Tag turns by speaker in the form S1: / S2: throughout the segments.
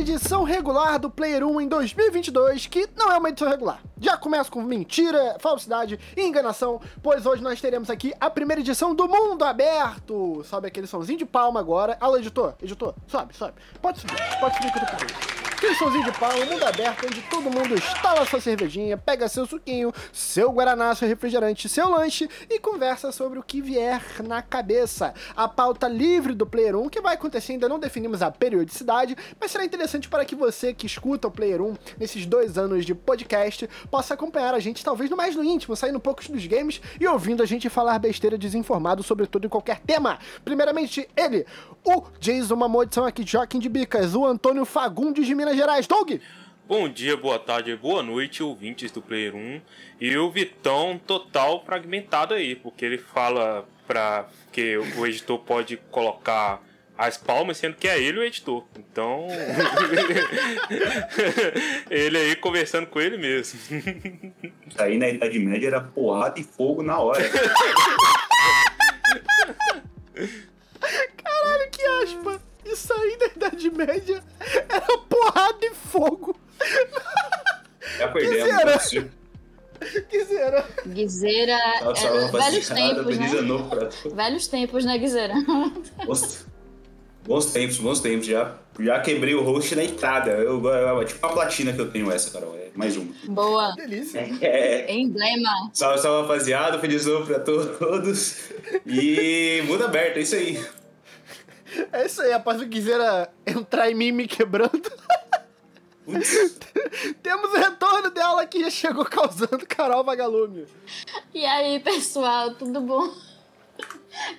S1: edição regular do Player 1 em 2022, que não é uma edição regular. Já começa com mentira, falsidade e enganação, pois hoje nós teremos aqui a primeira edição do Mundo Aberto. Sobe aquele somzinho de palma agora. Alô, editor, editor, sobe, sobe. Pode subir, pode subir que eu tô com medo. Aquele somzinho de palma, mundo aberto, onde todo mundo instala sua cervejinha, pega seu suquinho, seu guaraná, seu refrigerante, seu lanche e conversa sobre o que vier na cabeça. A pauta livre do Player 1, que vai acontecer, ainda não definimos a periodicidade, mas será interessante para que você que escuta o Player 1 nesses dois anos de podcast possa acompanhar a gente, talvez no mais no íntimo, saindo um pouco dos games e ouvindo a gente falar besteira desinformado sobre tudo e qualquer tema. Primeiramente, ele, o Jason Mamodição aqui de Joaquim de Bicas, o Antônio Fagundes de Minas Gerais. Doug!
S2: Bom dia, boa tarde, boa noite, ouvintes do Player 1. E o Vitão total fragmentado aí, porque ele fala pra que o editor pode colocar as palmas, sendo que é ele o editor. Então. ele aí conversando com ele mesmo.
S3: Isso aí na Idade Média era porrada e fogo na hora.
S1: Caralho, que aspa! Isso aí da Idade Média era porrada e fogo.
S3: Já
S1: Quem será?
S3: perdemos. Sim.
S1: Quiseram.
S4: Guiseira.
S3: Tava só
S4: Era,
S3: uma
S4: É, velhos
S3: vaciada,
S4: tempos,
S3: feliz ano
S4: né?
S3: novo pra todos.
S4: Velhos tempos, né, Guiseira?
S3: Bons- Bons tempos, bons tempos. Já, já quebrei o host na entrada. Eu, eu- é tipo uma platina que eu tenho essa, Carol. É mais uma.
S4: Boa.
S1: Delícia.
S3: É.
S4: Emblema.
S3: Salve, salve, rapaziada. Feliz ano pra to- todos. E mundo aberto, é isso aí.
S1: É isso aí, rapaz. Se quiseram entrar em mim me quebrando.
S3: Putz,
S1: Temos o retorno dela que já chegou causando Carol Vagalume.
S4: E aí, pessoal, tudo bom?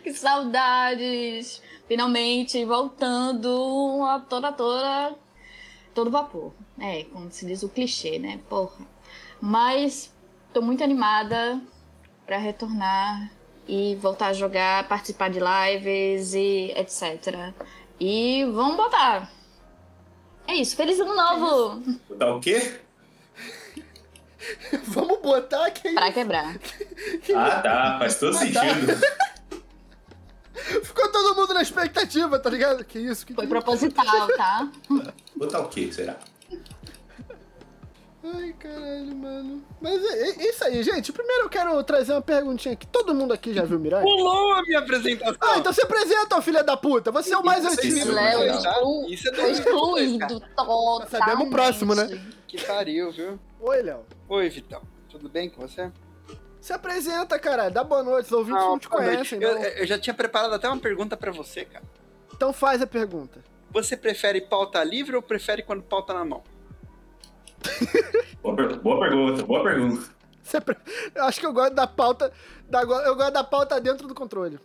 S4: Que saudades! Finalmente voltando um a toda, toda, todo vapor. É, como se diz o clichê, né? Porra. Mas tô muito animada pra retornar e voltar a jogar, participar de lives e etc. E vamos botar! É isso, feliz ano novo!
S3: Tá o quê?
S1: Vamos botar aqui.
S4: Pra quebrar.
S3: Ah, tá. Faz todo
S1: Ah, tá.
S3: sentido.
S1: Ficou todo mundo na expectativa, tá ligado? Que isso? Que
S4: Foi proposital, tá?
S3: Botar o quê, será?
S1: Ai, caralho, mano. Mas é, é isso aí, gente. Primeiro eu quero trazer uma perguntinha que todo mundo aqui já viu Mirai.
S5: Pulou a minha apresentação.
S1: Ah, então se apresenta, ô filha da puta. Você é o mais
S3: Isso,
S1: antigo.
S3: isso.
S4: Léo,
S3: Não,
S4: exclu-
S5: isso é
S4: foi excluído totalmente.
S1: Sabemos o próximo, né?
S5: Que pariu, viu?
S1: Oi, Léo.
S5: Oi, Vitão. Tudo bem com você?
S1: Se apresenta, cara. Dá boa noite. Os ouvintes não, te
S5: boa noite.
S1: conhecem,
S5: eu, é-
S1: não.
S5: eu já tinha preparado até uma pergunta pra você, cara.
S1: Então faz a pergunta.
S5: Você prefere pauta livre ou prefere quando pauta na mão?
S3: Boa, per- boa pergunta, boa pergunta.
S1: Você pre- Eu acho que eu gosto da pauta. da- Eu gosto da pauta dentro do controle.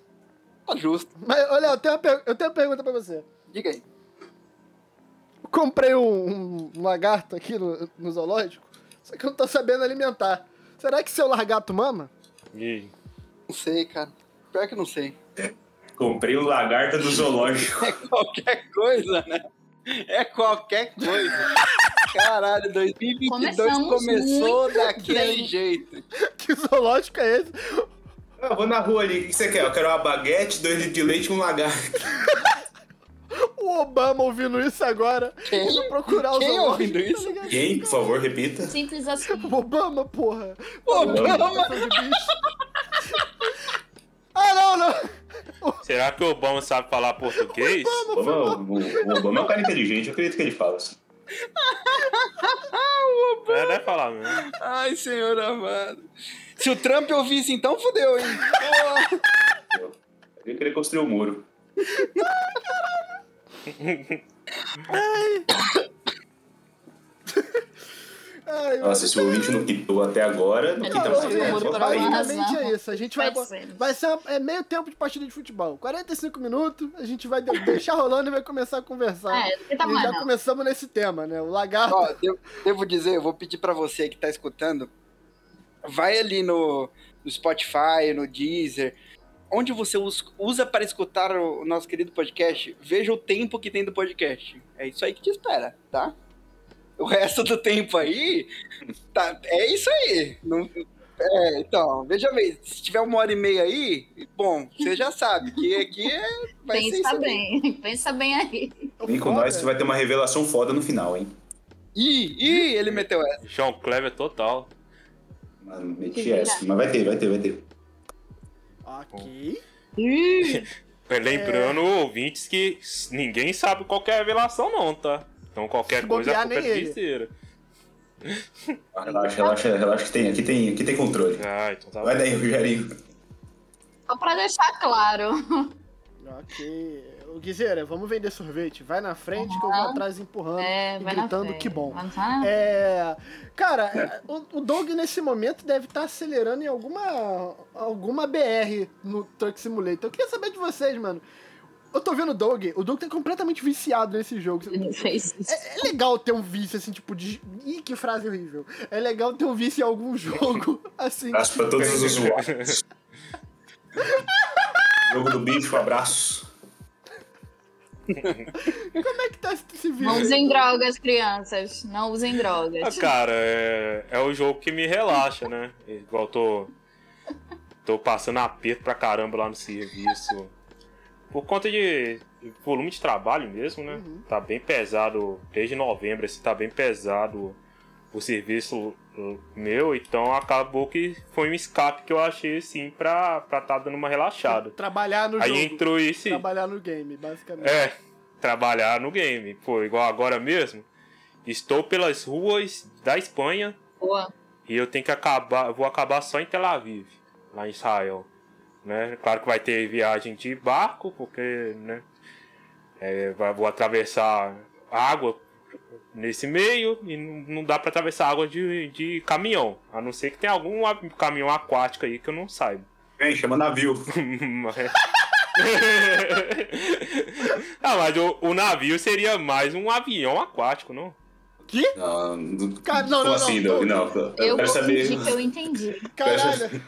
S5: Tá justo.
S1: Mas, olha, eu tenho uma, per- eu tenho uma pergunta pra você.
S5: Diga aí.
S1: Eu comprei um, um lagarto aqui no, no zoológico, só que eu não tô sabendo alimentar. Será que seu lagarto mama?
S2: E
S5: Não sei, cara. Pior que eu não sei.
S3: Comprei o lagarto do zoológico.
S5: É qualquer coisa, né? É qualquer coisa. Caralho, 2022
S4: Começamos
S5: começou
S4: muito
S5: daquele
S4: bem.
S5: jeito.
S1: Que zoológico é esse?
S3: Eu vou na rua ali. O que você quer? Eu quero uma baguete, dois litros de leite e um lagarto.
S1: O Obama ouvindo isso agora.
S5: Quem?
S1: Indo procurar o
S5: Quem
S1: zoológico.
S5: ouvindo
S1: tá
S5: isso?
S1: ligado?
S3: Quem? Por favor, repita.
S4: Simples assim.
S1: O Obama, porra.
S5: Obama!
S1: Alimentação de bicho. ah, não, não.
S2: Será que o Obama sabe falar português?
S3: Obama, o, o Obama é um cara inteligente, eu acredito que ele fala assim.
S2: É, deve falar mesmo.
S5: Ai, senhor amado. Se o Trump ouvisse, então fodeu, hein? Porra.
S3: Eu queria construir o um muro.
S1: Ai,
S3: Nossa, se o ouvinte não quitou até agora, não
S4: Eu
S3: quita
S4: não
S3: mais.
S4: ouvi o
S3: né?
S4: muro
S3: Só
S4: pra
S3: tá aí.
S4: lá.
S1: Basicamente é isso. A gente vai.
S4: Pode ser.
S1: Vai ser uma- é meio tempo de partida de futebol. 45 minutos, a gente vai de- deixar rolando e vai começar a conversar.
S4: É, que
S1: e já
S4: tamanho.
S1: começamos nesse tema, né? O lagarto.
S5: Ó, devo, devo dizer, eu vou pedir pra você que tá escutando, vai ali no, no Spotify, no Deezer, onde você us- usa para escutar o, o nosso querido podcast, veja o tempo que tem do podcast. É isso aí que te espera, tá? O resto do tempo aí, tá, é isso aí. Não- é, então, veja bem, se tiver uma hora e meia aí, bom, você já sabe que aqui é, vai ser
S4: Pensa
S5: isso aí.
S4: bem, pensa bem aí.
S3: Vem com
S1: é Foda.
S3: nós que vai ter uma revelação foda no final, hein?
S5: Ih, ih, ele meteu essa.
S2: João Kleber total.
S3: Mano, meti
S4: Que
S3: essa.
S4: virar.
S3: Mas vai ter, vai ter, vai ter.
S1: Ok.
S2: É,
S1: É.
S2: Lembrando, ouvintes, que s- ninguém sabe qual que é a revelação, não, tá? Então qualquer
S1: Se
S2: coisa
S1: bobear,
S2: a culpa é
S1: nem ele.
S2: besteira.
S3: Ah, Relaxa, relaxa, relaxa que tem. Aqui tem, aqui tem controle.
S2: Ah, então tá
S3: Vai
S2: bom.
S3: daí, Rogerinho.
S4: Só pra deixar claro.
S1: Ok. Ô, Guiseira, vamos vender sorvete. Vai na frente que eu vou atrás empurrando
S4: É,
S1: e
S4: vai
S1: Tá
S4: na
S1: gritando
S4: fé.
S1: que bom.
S4: Mas, ah,
S1: É. Cara, é, o, o Doug nesse momento deve estar acelerando em alguma. alguma BR no Truck Simulator. Eu queria saber de vocês, mano. Eu tô vendo o Doug, o Doug tá completamente viciado nesse jogo.
S4: ele não fez isso.
S1: É, é legal ter um vício, assim, tipo, de. Ih, que frase horrível. É legal ter um vício em algum jogo, assim.
S3: Abraço pra todos os usuários. Jogo do bicho, abraço.
S1: Como é que tá esse, esse vício?
S4: Não usem drogas, crianças. Não usem
S2: Ah,
S4: drogas.
S2: cara, é, é o jogo que me relaxa, né? Igual tô. Tô passando aperto pra caramba lá no serviço. Por conta de volume de trabalho mesmo, né? Tá bem pesado. Desde novembro, assim, tá bem pesado o serviço uh, meu. Então acabou que foi um escape que eu achei, assim, pra, pra tá dando uma relaxada.
S1: Trabalhar no
S2: Aí
S1: jogo.
S2: entrou esse.
S1: Trabalhar no game, basicamente.
S2: É, trabalhar no game. Pô, igual agora mesmo. Estou pelas ruas da Espanha
S1: Ah,
S4: Boa.
S2: e eu tenho que acabar, vou acabar só em Tel Aviv, lá em Israel. Né? Claro que vai ter viagem de barco, porque né? é, vai- vou atravessar água nesse meio e não, não dá para atravessar água de, de caminhão, a não ser que tenha algum a- caminhão aquático aí que eu não saiba.
S3: Vem, chama navio.
S2: Mas- é. ah, mas o, o navio seria mais um avião aquático, não?
S1: Que?
S3: Não, não,
S1: Cara, não,
S3: como
S1: não,
S3: assim,
S1: não.
S3: Doug? Não, eu,
S4: Eu
S3: quero
S4: vou
S3: saber,
S4: fingir que eu entendi.
S1: Caralho.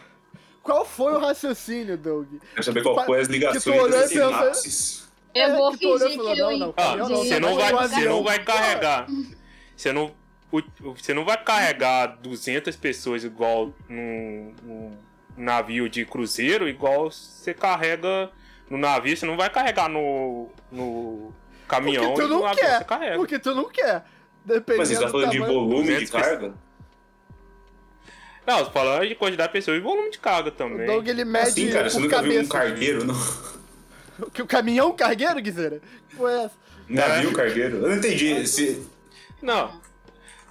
S1: Qual foi o raciocínio, Doug?
S3: quero saber qual
S1: Pa-
S3: foi as
S1: que tu
S3: ligações
S1: olhou e
S3: das
S1: pensou-
S3: sinapses.
S4: Eu
S1: É,
S4: vou
S1: que tu olhou e
S4: fingir
S1: falou,
S4: que eu
S1: não, não,
S2: Ah,
S1: Caminhão
S4: entendi.
S2: você não vai,
S1: mas
S2: você não vai
S1: avião. é
S2: carregar. Você não, o- você não vai carregar 200 pessoas igual num, num navio de cruzeiro, igual você carrega no navio, você não vai carregar no, no caminhão
S1: Porque tu
S2: e no
S1: não
S2: avião
S1: quer.
S2: você carrega.
S1: Porque tu não quer.
S3: Mas você
S1: Dependendo
S3: tá
S1: do
S3: falando de
S1: tamanho.
S3: volume de
S2: 200 pessoas.
S3: carga?
S2: Não, eu tô falando de quantidade de pessoas e volume de carga também.
S1: O Doug, ele mede
S3: né? Sim, cara, você
S1: por
S3: nunca viu um
S1: cabeça.
S3: cargueiro, não?
S1: Que O caminhão cargueiro, Guiseira? é Ué,
S3: Navio cargueiro? Eu não entendi. Se...
S2: Não.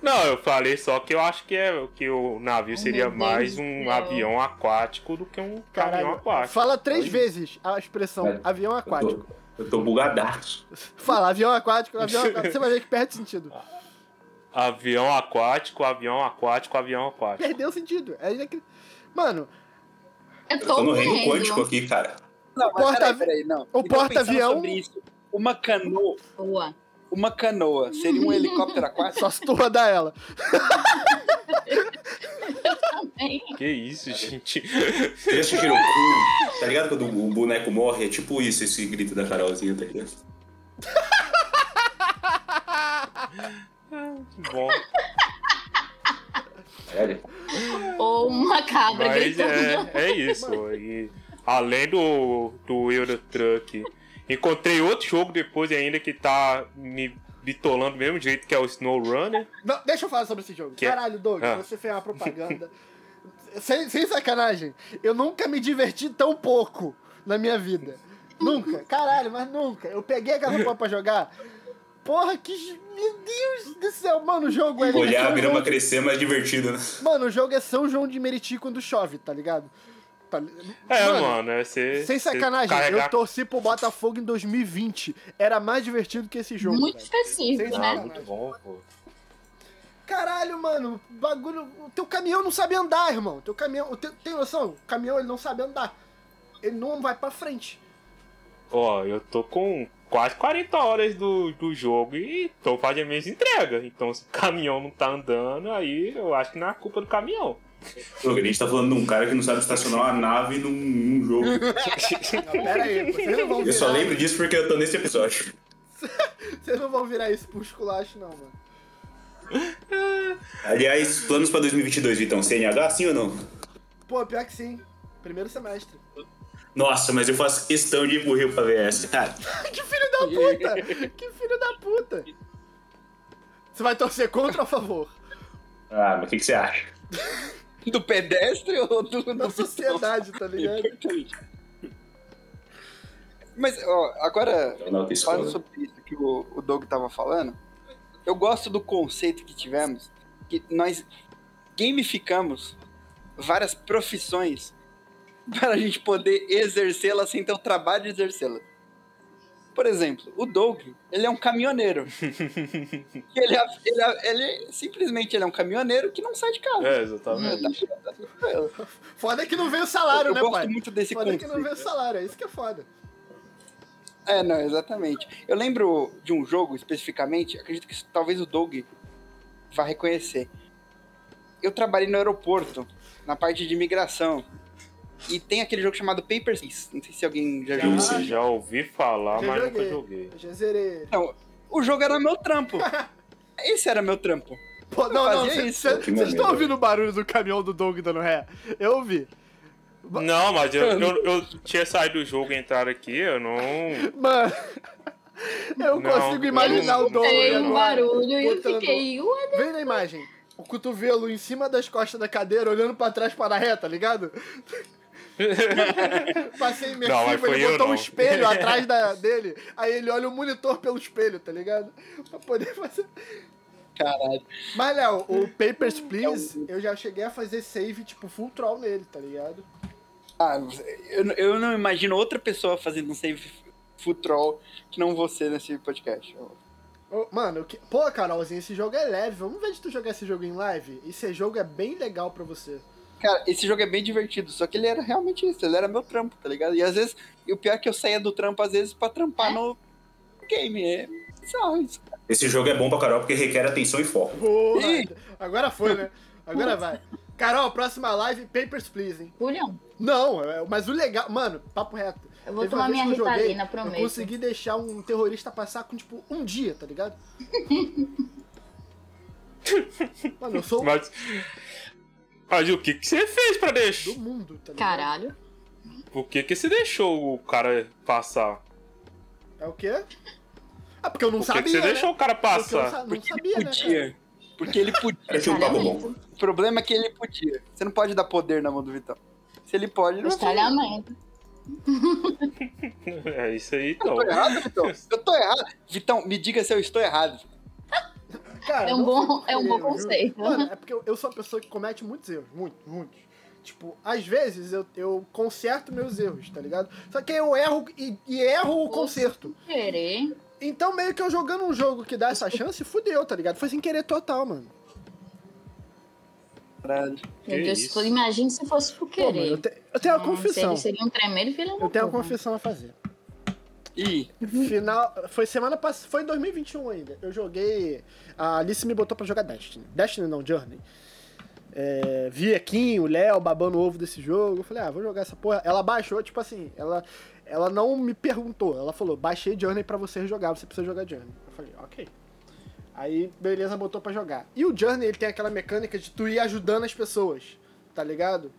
S2: Não, eu falei só que eu acho que, é, que o navio seria
S4: meu Deus
S2: mais
S4: do
S2: um
S4: céu.
S2: avião aquático do que um caminhão
S1: caralho.
S2: aquático.
S1: Fala três
S3: Oi?
S1: vezes a expressão
S3: É.
S1: avião aquático.
S3: Eu tô, eu tô bugadaço.
S1: Fala, avião aquático, avião aquático. Você vai ver que perde sentido.
S2: Avião aquático, avião aquático, avião aquático.
S1: Perdeu sentido. É inacri- Mano,
S4: Eu
S3: Eu
S4: tô,
S3: tô no reino
S4: morrendo.
S3: quântico aqui, cara.
S5: Não, mas
S1: porta-
S5: peraí, peraí,
S1: o
S5: não. Eu tô pensando
S1: porta-avião-
S5: sobre isso. Uma canoa,
S4: Boa.
S5: uma canoa seria um helicóptero aquático?
S1: só se tu rodar ela.
S4: Também.
S2: Que isso, gente.
S3: Vocês já assistiram o cu? Tá ligado quando o boneco morre? É tipo isso, esse grito da Carolzinha, tá ligado?
S2: Bom,
S3: Caralho.
S4: Ou uma cabra
S2: mas
S4: gritando.
S2: é, é isso. E além do, do Euro Truck, encontrei outro jogo depois ainda que tá me bitolando do mesmo jeito, que é o Snow Runner.
S1: Não, deixa eu falar sobre esse jogo.
S2: Que-
S1: Caralho, Doug,
S2: Ah.
S1: você fez uma propaganda. sem, sem sacanagem. Eu nunca me diverti tão pouco na minha vida. Nunca. Caralho, mas nunca. Eu peguei aquela roupa pra jogar. Porra, que. Meu Deus do céu, mano, o jogo é.
S3: Olhar a
S1: São João
S3: grama crescer é mais divertido, né?
S1: de- Mano, o jogo é São João de Meriti quando chove, tá ligado? Tá li-
S2: É, mano, é você.
S1: Sem
S2: você
S1: sacanagem,
S2: carregar-
S1: eu torci pro Botafogo em 2020. Era mais divertido que esse
S2: é.
S1: jogo.
S4: Muito
S1: cara.
S4: específico,
S2: Ah,
S4: né?
S2: muito bom, pô.
S1: Caralho, mano, bagulho. O teu caminhão não sabe andar, irmão. Teu caminhão. o teu- tem noção? O caminhão ele não sabe andar. Ele não vai pra frente.
S2: Ó, eu tô com quase 40 horas do, do jogo e tô fazendo minhas entregas. Então, se o caminhão não tá andando, aí eu acho que não é culpa do caminhão.
S3: Pô, a gente tá falando de um cara que não sabe estacionar uma nave num, num jogo.
S1: Não, pera aí, vocês não vão
S3: Eu só
S1: virar.
S3: lembro disso porque eu tô nesse episódio.
S1: Vocês não vão virar isso pro esculacho, não, mano.
S3: Aliás, planos pra 2022, então. CNH, sim ou não?
S1: Pô, pior que sim. Primeiro semestre.
S3: Nossa, mas eu faço questão de ir pro Rio pra ver essa. Cara,
S1: que filho da da puta! Que filho da puta! Você vai torcer contra ou a favor?
S3: Ah, mas o que, que você acha?
S5: Do pedestre ou do. do
S1: Da sociedade, tá ligado?
S5: Mas, ó, agora,
S3: Então, não, tem
S5: falando
S3: escolha.
S5: sobre isso que o, o Doug tava falando, eu gosto do conceito que tivemos, que nós gamificamos várias profissões para a gente poder exercê-las sem ter o trabalho de exercê-las. Por exemplo, o Doug, ele é um caminhoneiro. ele, é, ele, é, ele é- simplesmente ele é um caminhoneiro que não sai de casa.
S2: É, exatamente.
S5: Tá tudo bem.
S1: Foda que não veio
S5: Eu,
S1: salário,
S5: eu
S1: né,
S5: gosto
S1: pai?
S5: muito desse
S1: Foda que não
S5: conceito.
S1: veio salário, é isso que é foda.
S5: É, não, exatamente. Eu lembro de um jogo especificamente, acredito que talvez o Doug vá reconhecer. Eu trabalhei no aeroporto, na parte de imigração. E tem aquele jogo chamado Paper Please. Não sei se alguém já jogou.
S2: Eu já ouvi falar,
S1: Já
S2: mas nunca
S1: joguei.
S2: joguei.
S1: Eu já zerei.
S5: Não, o jogo era meu trampo. Esse era meu trampo.
S1: Pô, não, não,
S5: fazia
S1: vocês
S5: isso.
S3: Que
S1: estão
S3: maneiro.
S1: ouvindo o barulho do caminhão do Doug dando ré? Eu ouvi.
S2: Não, mas eu, eu, eu tinha saído do jogo e entrado aqui, eu não.
S1: Mano, eu
S2: Não,
S1: consigo imaginar
S2: eu
S1: o Doug
S4: Tem
S1: agora
S4: um barulho e eu
S1: botando-
S4: fiquei, ué,
S1: Vem na imagem. O cotovelo em cima das costas da cadeira, olhando pra trás para a ré, tá ligado? Passei
S2: Não, mas
S1: imersivo,
S2: foi
S1: ele
S2: eu,
S1: botou um
S2: não.
S1: espelho atrás da, dele, aí ele olha o monitor pelo espelho, tá ligado? Pra poder fazer.
S5: Caralho.
S1: Mas, Léo, o Papers, Please, eu já cheguei a fazer save, tipo, full troll nele, tá ligado?
S5: Ah, eu, eu não imagino outra pessoa fazendo um save futrol que não você nesse podcast.
S1: Ô, Mano, eu que... pô, Carolzinha, esse jogo é leve. Vamos ver de tu jogar esse jogo em live? Esse jogo é bem legal pra você.
S5: Cara, esse jogo é bem divertido, só que ele era realmente isso, ele era meu trampo, tá ligado? E às vezes, e o pior é que eu saía do trampo, às vezes, pra
S1: É?
S5: trampar no game. É bizarro isso.
S3: Esse jogo é bom pra Carol porque requer atenção e foco.
S1: Porra!
S5: Ih!
S1: Agora foi, né? Agora vai. Carol, próxima live, Papers, Please, hein?
S4: Julião,
S1: Não, é- mas o legal... Mano, papo reto.
S4: Eu vou
S1: Teve
S4: tomar
S1: uma vez
S4: minha
S1: que eu joguei,
S4: Ritalina, prometo.
S1: Eu consegui deixar um terrorista passar com, tipo, um dia, tá ligado? Mano, eu sou
S2: Mas. Mas o que, que você fez pra
S1: do
S2: deixar?
S1: mundo, tá ligado?
S4: caralho.
S2: Por que, que você deixou o cara passar?
S1: É o quê? Ah, porque eu não
S2: Por que,
S1: sabia,
S2: que você
S1: né?
S2: deixou o cara
S1: Porque eu
S2: passar?
S1: sa- não sabia, né, cara?
S5: Podia. Porque ele podia.
S3: Cara, tinha um papo bom.
S4: Estralhamento.
S5: O problema é que ele podia. Você não pode dar poder na mão do Vitão. Se ele pode, ele não
S1: tá
S5: pode.
S4: Estralhamento.
S2: É isso aí,
S5: Eu
S2: então.
S5: tô errado, Vitão? Eu tô errado. Vitão, me diga se eu estou errado.
S1: Cara,
S4: É um
S1: não
S4: bom-
S1: fico
S4: é um bom
S1: querendo, juro.
S4: conceito.
S1: Mano, é porque eu, eu sou uma pessoa que comete muitos erros. Muitos, muitos. Tipo, às vezes eu, eu conserto meus erros, tá ligado? Só que eu erro e, e erro o conserto.
S4: Querer.
S1: Então, meio que eu jogando um jogo que dá essa chance, fudeu, tá ligado? Foi sem querer total, mano.
S5: Caralho.
S4: Meu
S2: Que
S4: Deus,
S2: isso.
S4: imagina se fosse por
S1: Pô, mano,
S4: querer.
S1: eu, te- eu tenho uma
S4: Não,
S1: confissão.
S4: Seria, seria um tremendo filho da
S1: Eu tenho uma
S4: porra.
S1: confissão a fazer.
S5: Ih,
S1: Final. Foi semana passada. Foi em 2021 ainda. Eu joguei. A Alice me botou pra jogar Destiny. Destiny não, Journey. É, vi aqui o Léo babando o ovo desse jogo. Eu falei, ah, vou jogar essa porra. Ela baixou, tipo assim, ela, ela não me perguntou. Ela falou, baixei Journey pra você jogar, você precisa jogar Journey. Eu falei, ok. Aí, beleza, botou pra jogar. E o Journey, ele tem aquela mecânica de tu ir ajudando as pessoas, tá ligado?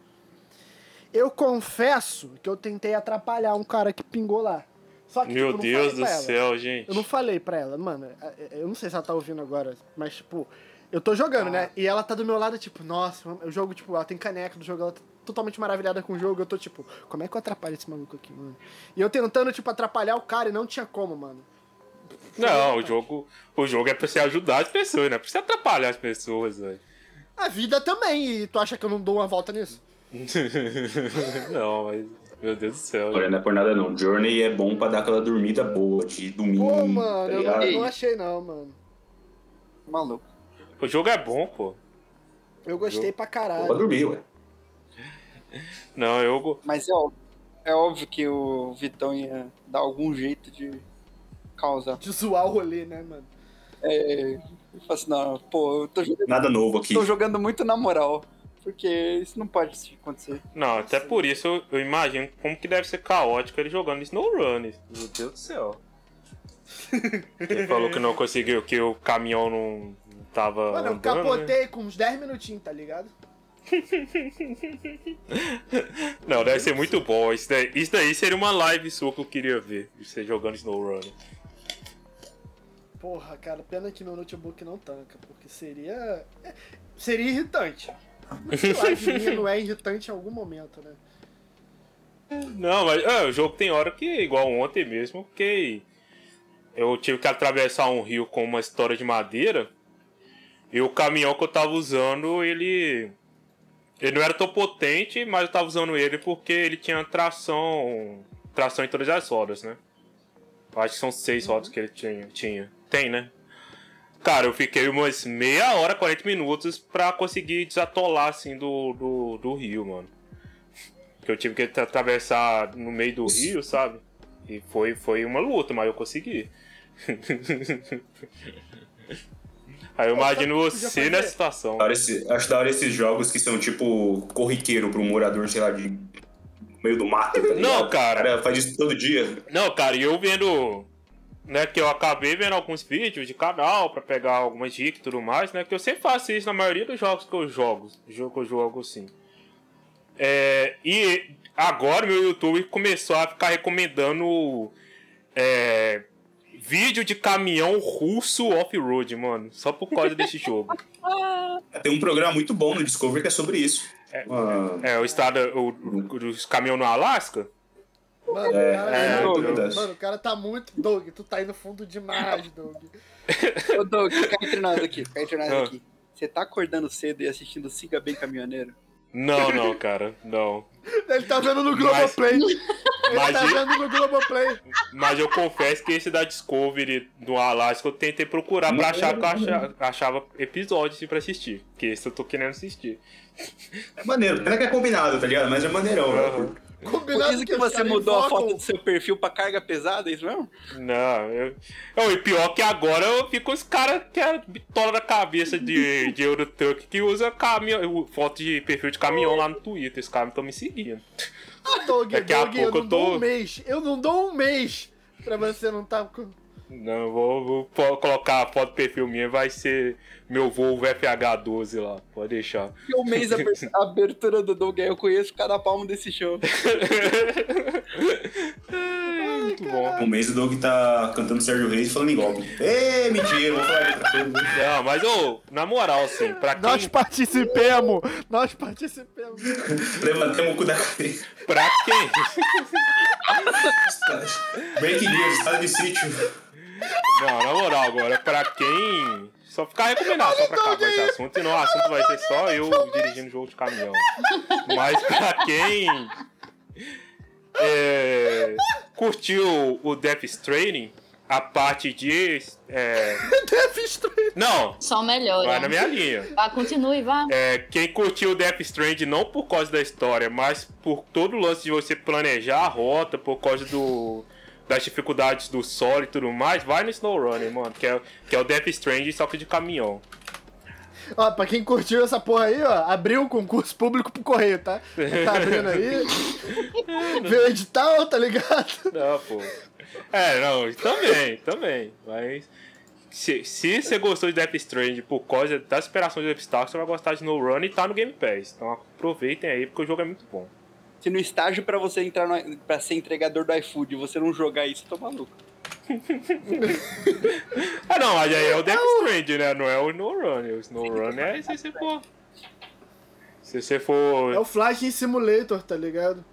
S1: Eu confesso que eu tentei atrapalhar um cara que pingou lá. Só que, tipo, eu
S2: Meu
S1: não
S2: Deus
S1: falei
S2: do
S1: pra ela.
S2: céu, gente.
S1: Eu não falei pra ela, mano, eu não sei se ela tá ouvindo agora, mas, tipo, eu tô jogando, né?
S3: Ah.
S1: E ela tá do meu lado, tipo, nossa, eu jogo, tipo, ela tem caneca do jogo, ela tá totalmente maravilhada com o jogo, eu tô, tipo, como é que eu atrapalho esse maluco aqui, mano? E eu tentando, tipo, atrapalhar o cara e não tinha como, mano.
S2: Não, o jogo, o jogo é pra você ajudar as pessoas, não é pra você atrapalhar as pessoas, velho.
S1: A vida também, e tu acha que eu não dou uma volta nisso?
S2: Não, mas. Meu Deus do céu.
S3: Olha, não é por nada não. Journey é bom pra dar aquela dormida boa de domingo.
S1: Pô, mano, eu
S3: tá
S1: não,
S3: ligado?
S1: eu não achei não, mano.
S5: maluco.
S2: O jogo é bom, pô.
S1: Eu gostei pra
S3: Dá Pra
S1: caralho.
S3: dormir, ué.
S2: Não, eu. go-
S5: Mas é óbvio, é óbvio que o Vitão ia dar algum jeito de causar.
S1: De zoar o rolê, né, mano?
S5: É, eu falo assim, não, pô, eu tô jogando
S3: Nada novo aqui.
S5: Tô jogando muito na moral. Porque isso não pode acontecer.
S2: Não, até por isso eu, eu imagino como que deve ser caótico ele jogando SnowRun. Meu Deus do céu. Ele falou que não conseguiu, que o caminhão não tava.
S1: Mano, eu
S2: andando, né?
S1: capotei com uns 10 minutinhos, tá ligado?
S2: né? Não, deve ser muito bom. Isso daí, isso daí seria uma live sua que eu queria ver. Você jogando SnowRun.
S1: Porra, cara, pena que meu notebook não tanca, porque seria. é, Seria irritante. Sei lá, de mim não é irritante em algum momento, né?
S2: Não, mas é, o jogo tem hora que, igual ontem mesmo, que eu tive que atravessar um rio com uma história de madeira e o caminhão que eu tava usando, ele. Ele não era tão potente, mas eu tava usando ele porque ele tinha tração. Tração em todas as rodas, né? Eu Acho que são seis rodas que ele tinha, tinha. Tem, né? Cara, eu fiquei umas meia hora, 40 minutos pra conseguir desatolar, assim, do, do, do rio, mano. Porque eu tive que tra- atravessar no meio do rio, sabe? E foi, foi uma luta, mas eu consegui. Aí eu
S1: Pô, sabe
S2: imagino
S1: o que podia
S2: você nessa
S1: fazer?
S2: situação.
S3: Da hora esse- acho da hora esses jogos que são tipo corriqueiro pra um morador, sei lá, de meio do mato, tá ligado?
S2: cara.
S3: O cara faz isso todo dia.
S2: Não, cara, e eu vendo. Né, que eu acabei vendo alguns vídeos de canal pra pegar algumas dicas e tudo mais, né? Que eu sempre faço isso na maioria dos jogos que eu jogo. Jogo que eu jogo assim. É, e agora meu YouTube começou a ficar recomendando. É, vídeo de caminhão russo off-road, mano. Só por causa desse jogo.
S3: Tem um programa muito bom no Discovery que é sobre isso. Ah, Uma-
S2: É, o estado. O, os caminhões no Alasca.
S1: Mano,
S3: É,
S1: o cara,
S2: é,
S1: mano,
S3: dúvidas.
S1: mano, o cara tá muito. Doug, tu tá indo fundo demais, Doug.
S5: Ô, Doug, cai entre nós aqui, cai entre nós
S2: Ah.
S5: aqui. Você tá acordando cedo e assistindo Siga Bem Caminhoneiro?
S2: Não, não, cara. Não.
S1: Ele tá vendo no
S2: Mas-
S1: Globoplay. Ele
S2: Mas
S1: tá
S2: e-
S1: vendo no Globoplay.
S2: Mas eu confesso que esse da Discovery do Alaska eu tentei procurar pra achar que eu acha- achava episódios assim, pra assistir. Que esse eu tô querendo assistir.
S3: É maneiro, pena que é combinado, tá ligado? Mas é maneirão,
S2: Aham.
S3: né?
S1: Combinado
S5: Dizem que
S1: os
S5: você
S1: caras
S5: mudou a
S1: invocam-
S5: foto do seu perfil pra carga pesada, é isso mesmo?
S2: Não, eu. Não, e pior que agora eu fico com os caras que é bitola da cabeça de, de Eurotruck que usa caminhão, foto de perfil de caminhão lá no Twitter. Os caras estão me seguindo.
S1: Doug,
S2: Daqui a
S1: Doug, eu
S2: pouco
S1: não
S2: eu
S1: dou
S2: tô-
S1: um mês. Eu não dou um mês pra você não tá. com-
S2: Não, eu vou, vou po- colocar a foto do perfil minha, vai ser meu Volvo FH12 lá. Pode deixar.
S5: Que o mês a abertura- a abertura do Doug, aí eu conheço cada palmo desse show.
S2: Ai, Muito bom.
S3: Um mês o Doug tá cantando Sérgio Reis e falando em golpe. Ê, mentira, vou falar de outra coisa.
S2: Não, mas ô, na moral, assim, pra quem.
S1: Nós participemos! Nós participemos!
S3: Levantamos o cu da cadeira.
S2: Pra quem?
S3: Breaking news, estado de sítio.
S2: Não, na moral agora, pra quem. Só ficar recomendado só pra acabar esse assunto, senão o assunto vai ser só eu dirigindo jogo de caminhão. Mas pra quem. é, curtiu o Death Stranding, a parte de. é,
S1: Death Stranding.
S2: não,
S4: Só melhor.
S2: vai na minha linha.
S4: Vá, continue, vá.
S2: É, quem curtiu o Death Strand não por causa da história, mas por todo o lance de você planejar a rota, por causa do das dificuldades do solo e tudo mais, vai no SnowRunner, mano, que é, que é o Death Strand só que de caminhão.
S1: Ó, pra quem curtiu essa porra aí, ó, abriu o concurso público pro correio, tá? Tá abrindo aí. Veio o edital, tá ligado?
S2: Não, pô. É, não, também, também. Mas se, se você gostou de Death Strand por causa da superação de obstáculos, você vai gostar de SnowRunner e tá no Game Pass. Então aproveitem aí, porque o jogo é muito bom.
S5: Se no estágio pra você entrar no, pra ser entregador do iFood você não jogar isso, eu tô maluco.
S2: Ah, não, mas aí é o Death Stranding, né? Não é o SnowRunner. O SnowRunner é se você for. Se você
S1: É o
S2: for.
S1: Flash Simulator, tá ligado?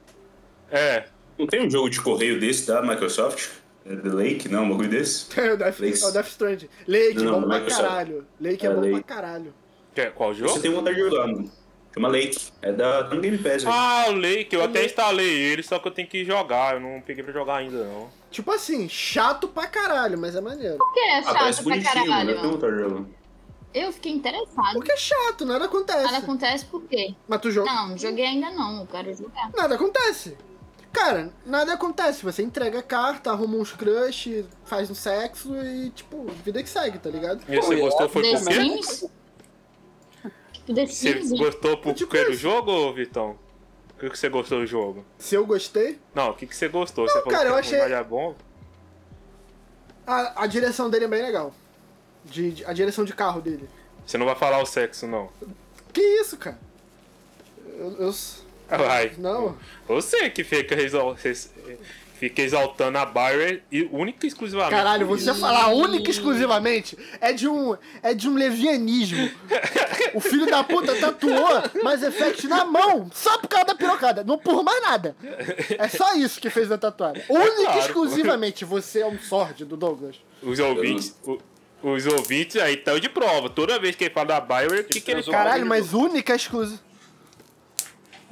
S2: É.
S3: Não tem um jogo de correio desse da Microsoft? É The Lake? Não, um bagulho desse?
S1: É o Death,
S3: Lakes.
S1: é o Death Strand. Lake,
S3: Não,
S1: bom
S3: não
S1: pra
S3: é que eu saiba.
S1: caralho. Lake é,
S3: É
S1: bom
S3: Lake.
S1: pra caralho.
S2: Quer- Qual jogo?
S3: Você tem vontade de jogar, mano. Chama Lake. É da tá no Game Pass. velho.
S2: Ah, o Lake, eu até instalei ele, só que eu tenho que jogar, eu não peguei pra jogar ainda não.
S1: Tipo assim, chato pra caralho, mas é maneiro.
S4: O que é
S3: Ah, parece
S4: chato pra
S3: bonitinho, né? mano. Eu tenho
S4: caralho?
S3: vontade de jogar.
S4: Eu fiquei interessado.
S1: Porque é assim. chato, nada acontece.
S4: Nada acontece por quê?
S1: Mas tu joga.
S4: Não, não joguei ainda não. Eu quero jogar.
S1: Nada acontece. Cara, nada acontece. Você entrega a carta, arruma uns crush, faz um sexo e, tipo, vida que segue, tá ligado?
S2: E você
S5: Pô,
S2: gostou
S5: eu-
S2: foi
S4: The
S2: por quê?
S4: Sims? Tipo, The
S2: Você
S4: Sims?
S2: gostou por
S1: Tipo
S2: quê do
S1: isso.
S2: jogo, Vitão? O que que você gostou do jogo?
S1: Se eu gostei,
S2: Não, o que que você gostou? você falou
S1: cara,
S2: que
S1: eu
S2: a
S1: achei-
S2: comunidade é bom?
S1: a, a direção dele é bem legal. De, de- a direção de carro dele.
S2: Você não vai falar o sexo, não.
S1: Que isso, cara? Eu. eu s-
S2: Vai.
S1: Não.
S2: Você que fica resol... Fica exaltando a Byron e única e exclusivamente.
S1: Caralho, você falar única e exclusivamente é de um é de um levianismo. o filho da puta tatuou Mass Effect na mão, só por causa da pirocada, não por mais nada. É só isso que fez a tatuagem. Única e
S2: É claro, pô.
S1: exclusivamente, você é um sórdido, Douglas.
S2: Os ouvintes. o- os ouvintes aí estão de prova. Toda vez que ele fala da Bioware, o que, que ele
S5: transou-
S1: Caralho, mas única e exclusiva.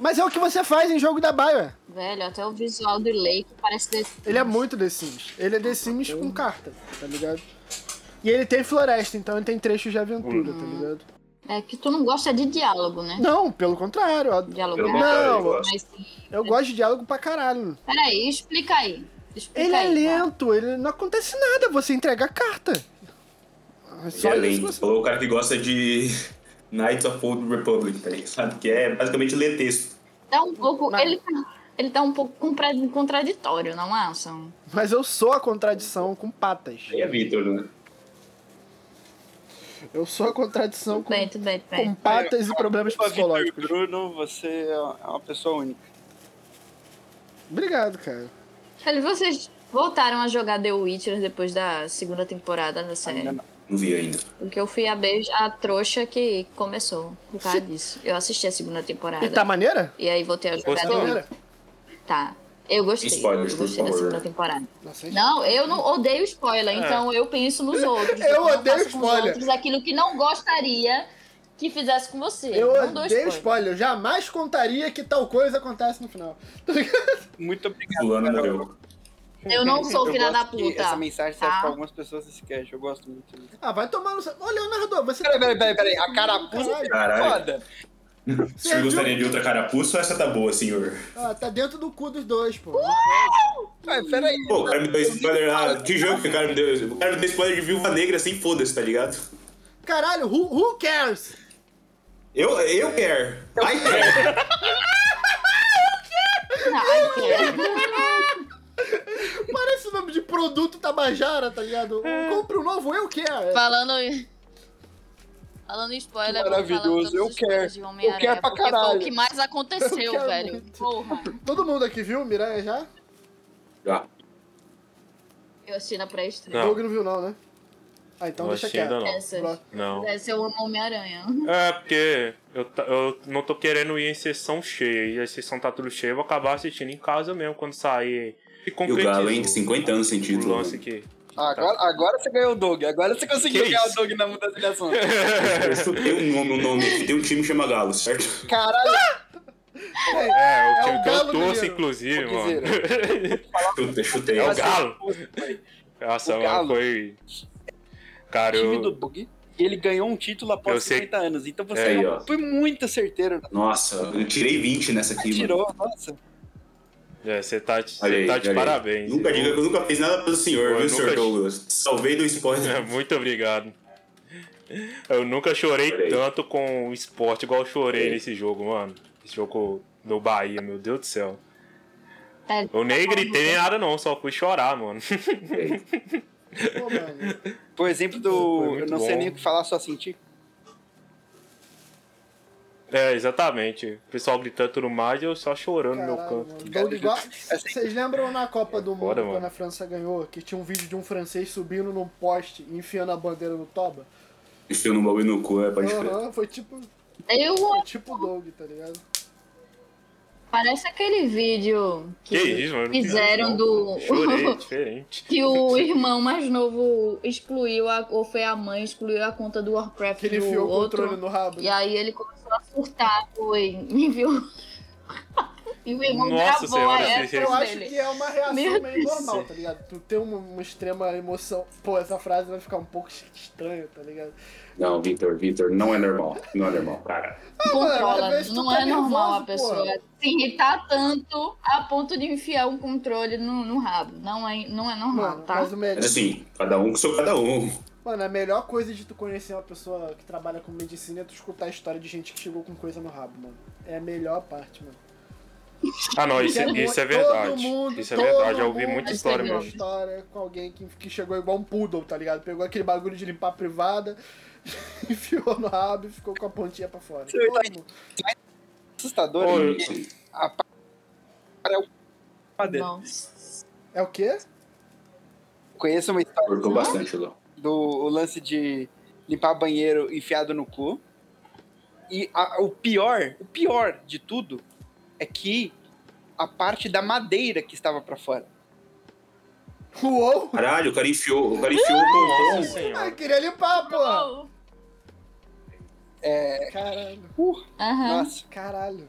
S1: Mas é o que você faz em jogo da Bioware.
S4: Velho, até o visual do Lake parece desse.
S1: Ele é muito The Sims. Ele é The Sims com carta, tá ligado? E ele tem floresta, então ele tem trechos de aventura, tá ligado?
S4: É que tu não gosta de diálogo, né?
S1: Não, pelo contrário. eu-
S4: Dialogar.
S3: Pelo contrário,
S1: Não,
S3: eu gosto.
S4: Mas
S1: Eu gosto de diálogo pra caralho.
S4: peraí, explica aí. Explica
S1: Ele é
S4: aí, tá?
S1: lento, ele não acontece nada, você entrega a carta. Só
S3: é
S1: isso que
S3: lento.
S1: você-
S3: Falou o cara que gosta de Knights of Old Republic, tá ligado? Que é basicamente ler texto.
S4: Tá um pouco.
S1: Não.
S4: Ele, tá- ele tá um pouco contra- contraditório, não é? São...
S1: Mas eu sou a contradição com patas.
S3: Aí é Vitor, né?
S1: Eu sou a contradição
S4: Tudo bem,
S1: com,
S4: tudo bem, tudo
S1: com
S4: bem.
S1: patas e problemas
S5: Vitor
S1: psicológicos.
S5: Bruno, você é uma pessoa única.
S1: Obrigado, cara.
S4: Velho, vocês voltaram a jogar The Witcher depois da segunda temporada da série.
S5: Ainda não.
S3: Não vi ainda.
S4: Porque eu fui a, beijo, a trouxa que começou por causa disso. Eu assisti a segunda temporada.
S1: E tá maneira?
S4: E aí voltei a jogar
S2: Gostou?
S4: The Witcher.
S1: Maneira?
S4: Tá. Eu gostei.
S3: Spoilers,
S4: eu
S3: por
S4: gostei da
S3: favor.
S4: segunda temporada.
S1: Nossa, hein?
S4: Não, eu não odeio spoiler,
S5: É.
S4: então eu penso nos outros.
S1: Eu
S4: não
S1: odeio
S4: faço com os
S1: spoiler.
S4: outros aquilo que não gostaria que fizesse com você.
S1: Eu
S4: não dou
S1: odeio spoiler, eu jamais contaria que tal coisa acontece no final. Tá ligado?
S5: Muito obrigado.
S3: Fulano
S5: Carol.
S3: morreu.
S4: Eu não sou
S5: Eu
S4: filha da
S5: gosto que
S4: puta.
S5: Essa mensagem serve
S4: tá?
S5: pra algumas pessoas desse cast. Eu gosto muito disso.
S1: Ah, vai tomar no. Ô, Leonardo, você. tá
S5: Peraí, peraí, peraí, peraí. A carapuça
S1: Caralho.
S5: é
S3: Caralho.
S5: foda.
S3: Se eu gostaria de outra carapuça, essa tá boa, senhor.
S1: Ah, tá dentro do cu dos dois, pô.
S5: Ué, peraí.
S3: Pô, o cara me deu spoiler. Ah, que jogo que o cara me deu? O cara me deu spoiler de Viúva Negra assim, foda-se, tá ligado?
S1: Caralho, who, who cares?
S3: Eu, eu quero. I care.
S4: Não, ai, que-
S1: Parece o nome de produto Tabajara, tá ligado? Compre um novo Eu Care.
S4: Falando Falando em spoiler, vamos falar
S5: Maravilhoso,
S4: todos
S5: eu
S4: os spoilers
S5: quero.
S4: de
S5: Eu
S4: Homem-Aranha,
S5: quero pra
S4: porque foi
S5: caralho.
S4: o que mais aconteceu,
S1: Eu quero
S4: velho.
S1: muito.
S4: Porra.
S1: Todo mundo aqui viu Miranha já?
S3: Já.
S4: Eu assisti na pré-estreia.
S2: Não.
S1: Doug não viu não, né? Ah, então
S2: Não
S1: deixa
S2: achei
S1: quieto.
S2: ainda
S4: Essa,
S1: Pronto.
S2: Não.
S4: essa eu amo Homem-Aranha.
S2: É, porque eu, ta- eu não tô querendo ir em sessão cheia. E a sessão tá tudo cheia, eu vou acabar assistindo em casa mesmo quando sair. E
S3: E o
S2: concretizou
S3: Galo, hein? 50 anos sem
S2: o
S3: título. né?
S2: lance aqui.
S5: Agora, agora você ganhou o Doug. Agora você conseguiu
S2: Que
S5: ganhar
S2: isso?
S5: o Doug na mudança de assunto.
S3: Eu chutei um nome, um nome. aqui. Tem um time que chama Galo, certo?
S5: Caralho,
S2: É, o
S1: É
S2: time
S1: o
S2: que eu
S1: Galo
S2: torço,
S1: mineiro.
S2: inclusive,
S5: Pô, que
S2: mano.
S3: Chutei, chutei.
S2: É o Galo.
S5: Assim, o
S2: Nossa,
S5: O
S2: mano,
S5: Galo.
S2: foi. Cara,
S5: time do
S2: eu.
S5: Doug, ele ganhou um título
S2: Eu
S5: após
S2: sei-
S5: 50 anos. Então você
S2: É,
S3: aí,
S5: não
S3: ó.
S5: foi muito certeiro. né?
S3: Nossa, eu tirei 20 nessa aqui, mano.
S5: Tirou, nossa.
S2: é, Você tá, você
S3: Olha aí,
S2: tá de
S3: olha aí.
S2: parabéns.
S3: Nunca
S2: Eu-
S3: diga que eu nunca fiz nada pelo senhor,
S2: Eu
S3: viu,
S2: nunca
S3: senhor
S2: ch-
S3: Douglas? Salvei do
S2: É,
S3: spoiler.
S2: Muito obrigado. Eu nunca chorei
S3: Olha aí.
S2: tanto com o esporte igual eu chorei
S3: Olha aí.
S2: nesse jogo, mano. Esse jogo no Bahia, meu Deus do céu.
S4: Tá-
S2: Eu nem
S4: tá
S2: gritei nem nada não, só fui chorar, mano.
S1: Pô, mano.
S5: Por exemplo
S2: Foi
S5: do.
S2: muito
S5: Eu não sei
S2: bom.
S5: nem o que falar, só sentir.
S2: É, exatamente. O pessoal gritando tudo mais e eu só chorando no meu
S1: Caralho,
S2: canto.
S1: mano. Doug igual... Vocês lembram na Copa do Mundo,
S2: Foda, Assim. mano.
S1: quando a França ganhou, que tinha um vídeo de um francês subindo num poste e enfiando a bandeira no toba?
S3: Enfio no bagulho no cu, é, pode crer.
S1: Aham, foi tipo,
S4: É, Eu
S1: foi tipo Doug, tá ligado?
S4: parece aquele vídeo que,
S2: Que isso, mano.
S4: fizeram do
S2: Chorei, diferente.
S4: que o irmão mais novo excluiu a, ou foi a mãe excluiu a conta do Warcraft
S1: Que ele
S4: do
S1: enfiou o
S4: outro.
S1: controle no rabo.
S4: E aí ele começou a surtar, foi, me viu. e o irmão
S2: Nossa
S4: gravou
S2: senhora, assim,
S4: a
S2: esse-
S1: Eu
S4: intro
S1: acho
S4: dele.
S1: que é uma reação
S4: Meu
S1: meio normal, tá ligado? Tu ter uma, uma extrema emoção. Pô, essa frase vai ficar um pouco estranha, tá ligado?
S3: Não, Vitor, Vitor, não é normal. Não é normal, cara.
S1: mano, às
S4: Controla,
S1: vezes tu
S4: não
S1: tá
S4: é normal a
S1: nervoso,
S4: pessoa se irritar tanto a ponto de enfiar um controle no, no rabo. Não é, não é normal,
S1: Mano,
S4: tá?
S1: mas o melhor.
S3: Mas assim, cada um com seu cada um.
S1: Mano, a melhor coisa de tu conhecer uma pessoa que trabalha com medicina é tu escutar a história de gente que chegou com coisa no rabo, mano. É a melhor parte, mano.
S2: Ah não, isso,
S1: Porque
S2: isso é
S1: todo
S2: verdade.
S1: mundo-
S2: Isso é
S1: todo
S2: verdade, eu ouvi
S1: mundo
S2: muita
S1: tem
S2: história
S1: uma
S2: mesmo.
S1: história com alguém que, que chegou igual um poodle, tá ligado? Pegou aquele bagulho de limpar a privada, enfiou no rabo e ficou com a pontinha pra fora.
S5: Você tá-
S1: Como?
S5: Assustador.
S2: Ô,
S5: porque A... pa- é o-
S4: Não.
S1: É o quê?
S5: Conheço uma história
S3: Cortou bastante, Léo.
S5: do o lance de limpar banheiro enfiado no cu. E a- o pior, o pior de tudo é que a parte da madeira que estava pra fora.
S1: Uou!
S3: Caralho, o cara enfiou, o cara enfiou o pompom.
S2: Nossa
S1: Ai,
S2: senhora.
S1: queria limpar, pô!
S4: Uou.
S1: Caralho,
S5: Uh,
S4: Aham.
S5: Nossa.
S1: caralho.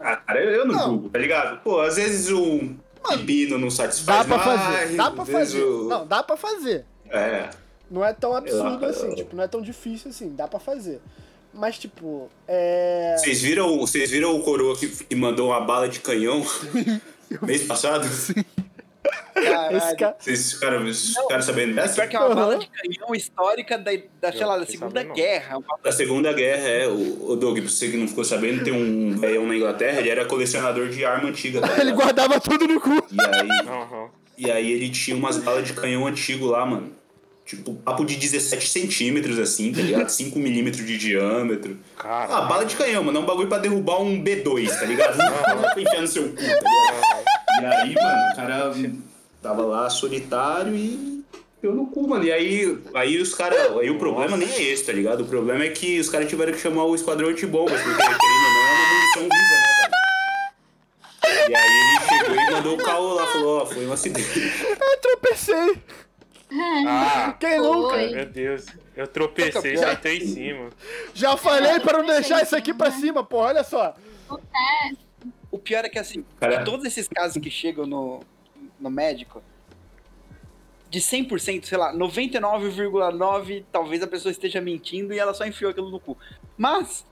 S3: Ah, cara, eu, eu não,
S1: Não.
S3: julgo, tá ligado? Pô, às vezes um pepino não
S1: Dá
S3: satisfaz
S1: pra
S3: mais,
S1: fazer, dá pra
S3: às vezes
S1: fazer.
S3: o-
S1: Não, dá pra fazer.
S3: É,
S1: Não é tão absurdo
S3: Eu-
S1: assim, tipo, não é tão difícil assim, dá pra fazer. Mas, tipo, é.
S3: Vocês viram, vocês viram o coroa que, que mandou uma bala de canhão mês passado?
S5: Caralho.
S1: Esse cara.
S3: Vocês ficaram, vocês ficaram sabendo
S5: Pior
S3: dessa?
S5: que é uma
S1: Uhum.
S5: bala de canhão histórica da, da, sei lá, da
S2: fiquei
S5: Segunda
S2: sabendo, não.
S5: Guerra. Uma-
S3: Da Segunda Guerra, é. O, o Doug, pra você que não ficou sabendo, tem um velhão na Inglaterra, ele era colecionador de arma antiga. tá
S1: Ele
S3: ligado?
S1: guardava tudo no cu.
S3: E
S4: é
S3: aí,
S2: Aham.
S3: e aí ele tinha umas balas de canhão antigo lá, mano. Tipo, papo de 17 centímetros, assim, tá ligado? 5 milímetros de diâmetro. Ah,
S2: Cara.
S3: bala de canhão, mano. É um bagulho pra derrubar um B2, tá ligado? Não, não enfiar no seu cu, tá ligado? E aí, mano, o cara tava lá solitário e eu no cu, mano. E aí, aí os caras. Aí o problema nem é esse, tá ligado? O problema é que os caras tiveram que chamar o esquadrão antibombas, porque querendo ou não, é uma munição viva, né, cara? E aí ele chegou e mandou o caô lá, falou, ó, foi um acidente.
S1: Eu tropecei.
S2: Ah,
S1: Quem nunca?
S4: Oi.
S2: meu Deus. Eu tropecei e saltei em cima.
S1: Já falei pra não deixar isso aqui pra cima, pô, olha só.
S5: O pior é que, assim,
S3: Cara.
S5: de todos esses casos que chegam no, no médico, de 100%, sei lá, 99,9% talvez a pessoa esteja mentindo e ela só enfiou aquilo no cu. Mas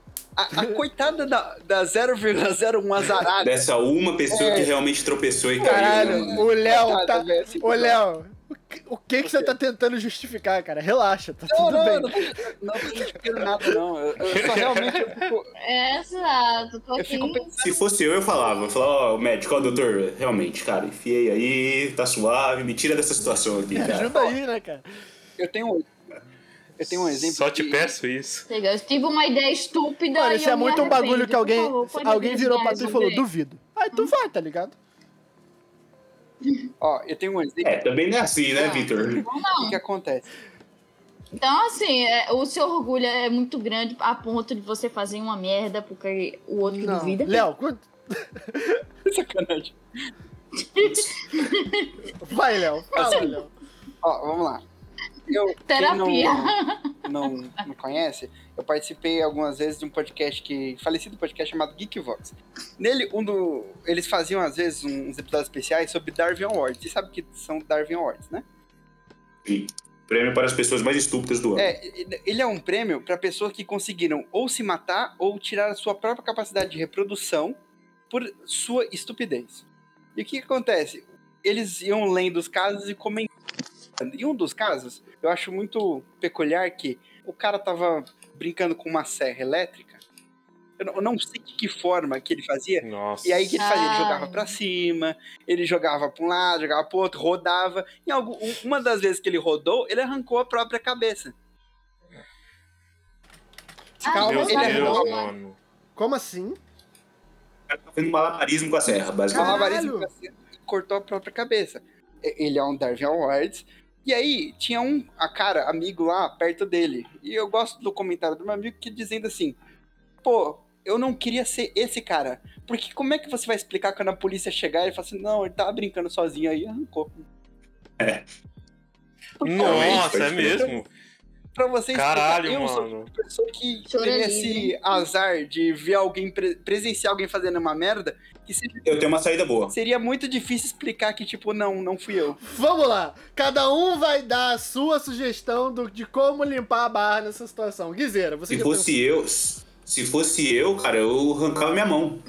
S5: a, a coitada da, da 0,01 azarada.
S3: Dessa uma pessoa que realmente tropeçou e caiu.
S1: Caralho,
S3: né, mano?
S1: o Léo
S5: Coitada,
S1: tá.
S5: velho, assim,
S1: Ô, Léo, o que, o que que você tá tentando justificar, cara? Relaxa, tá
S5: Não,
S1: tudo
S5: não,
S1: bem.
S5: eu não, tô- não tô criticando nada, não. Eu, eu só realmente eu fico,
S4: É, exato. Tô
S5: eu
S4: aqui.
S5: fico pensando.
S3: Se fosse eu, eu falava. Eu falava, ó, médico, ó, doutor, realmente, cara, enfiei aí, tá suave, me tira dessa situação aqui, cara.
S1: Ajuda aí, né, cara?
S5: Eu tenho um. Eu tenho um exemplo.
S2: Só te
S5: que-
S2: peço isso.
S4: Sei lá, Eu tive uma ideia estúpida.
S1: Mano,
S4: e
S1: isso
S4: eu
S1: é
S4: me
S1: muito um bagulho
S4: arrependo.
S1: que alguém.
S4: Por favor, pode
S1: Alguém
S4: me
S1: virou
S4: ajudar
S1: pra tu e falou,
S4: sobre-
S1: duvido. Aí
S4: Hum.
S1: tu vai, tá ligado?
S5: Ó, eu tenho um exemplo
S3: É, também não é assim, né, Vitor?
S5: do que acontece.
S4: Então, assim, é, o seu orgulho é muito grande a ponto de você fazer uma merda porque o outro
S1: Não.
S4: duvida.
S1: Léo, quando-
S5: Sacanagem.
S1: vai, Léo. Fala, Léo.
S5: Ó, vamos lá. Eu, quem
S4: Terapia.
S5: Não, não, não conhece, eu participei algumas vezes de um podcast que. falecido podcast chamado Geekvox. Nele, um do. Eles faziam, às vezes, uns episódios especiais sobre Darwin Awards. Você sabe o que são Darwin Awards, né?
S3: Prêmio para as pessoas mais estúpidas do ano.
S5: É, ele- ele é um prêmio para pessoas que conseguiram ou se matar ou tirar a sua própria capacidade de reprodução por sua estupidez. E o que, que acontece? Eles iam lendo os casos e comentando. E um dos casos, eu acho muito peculiar que o cara tava brincando com uma serra elétrica. Eu não, eu não sei de que forma que ele fazia,
S2: Nossa.
S5: e aí o que ele fazia? Ele
S4: Ah.
S5: jogava pra cima, ele jogava pra um lado, jogava pro outro, rodava. Em algum, um- uma das vezes que ele rodou, ele arrancou a própria cabeça.
S4: Ah,
S1: Calma,
S2: Meu
S5: ele é
S2: Deus,
S5: bom.
S2: mano.
S1: Como assim?
S3: O cara tá fazendo malabarismo com a serra,
S5: Uma
S3: basicamente.
S1: Caralho.
S5: avarismo pra cima e cortou a própria cabeça. E- Ele é um Darwin Awards. E aí, tinha um a cara, amigo lá, perto dele. E eu gosto do comentário do meu amigo que dizendo assim: pô, eu não queria ser esse cara. Porque como é que você vai explicar quando a polícia chegar e falar assim: não, ele tava brincando sozinho aí, arrancou.
S2: Nossa, é
S3: Realmente,
S2: mesmo?
S5: Pra você explicar,
S2: Caralho,
S5: eu sou
S2: mano.
S5: pessoa que
S4: Chora
S5: teve
S4: livre.
S5: esse azar de ver alguém, pre- presenciar alguém fazendo uma merda, que seria,
S3: Eu tenho uma saída boa.
S5: seria muito difícil explicar que, tipo, não, não fui eu.
S1: Vamos lá. Cada um vai dar a sua sugestão do- de como limpar a barra nessa situação. Guiseira, você
S3: Se
S1: já
S3: fosse eu, se fosse eu, cara, eu arrancava minha mão.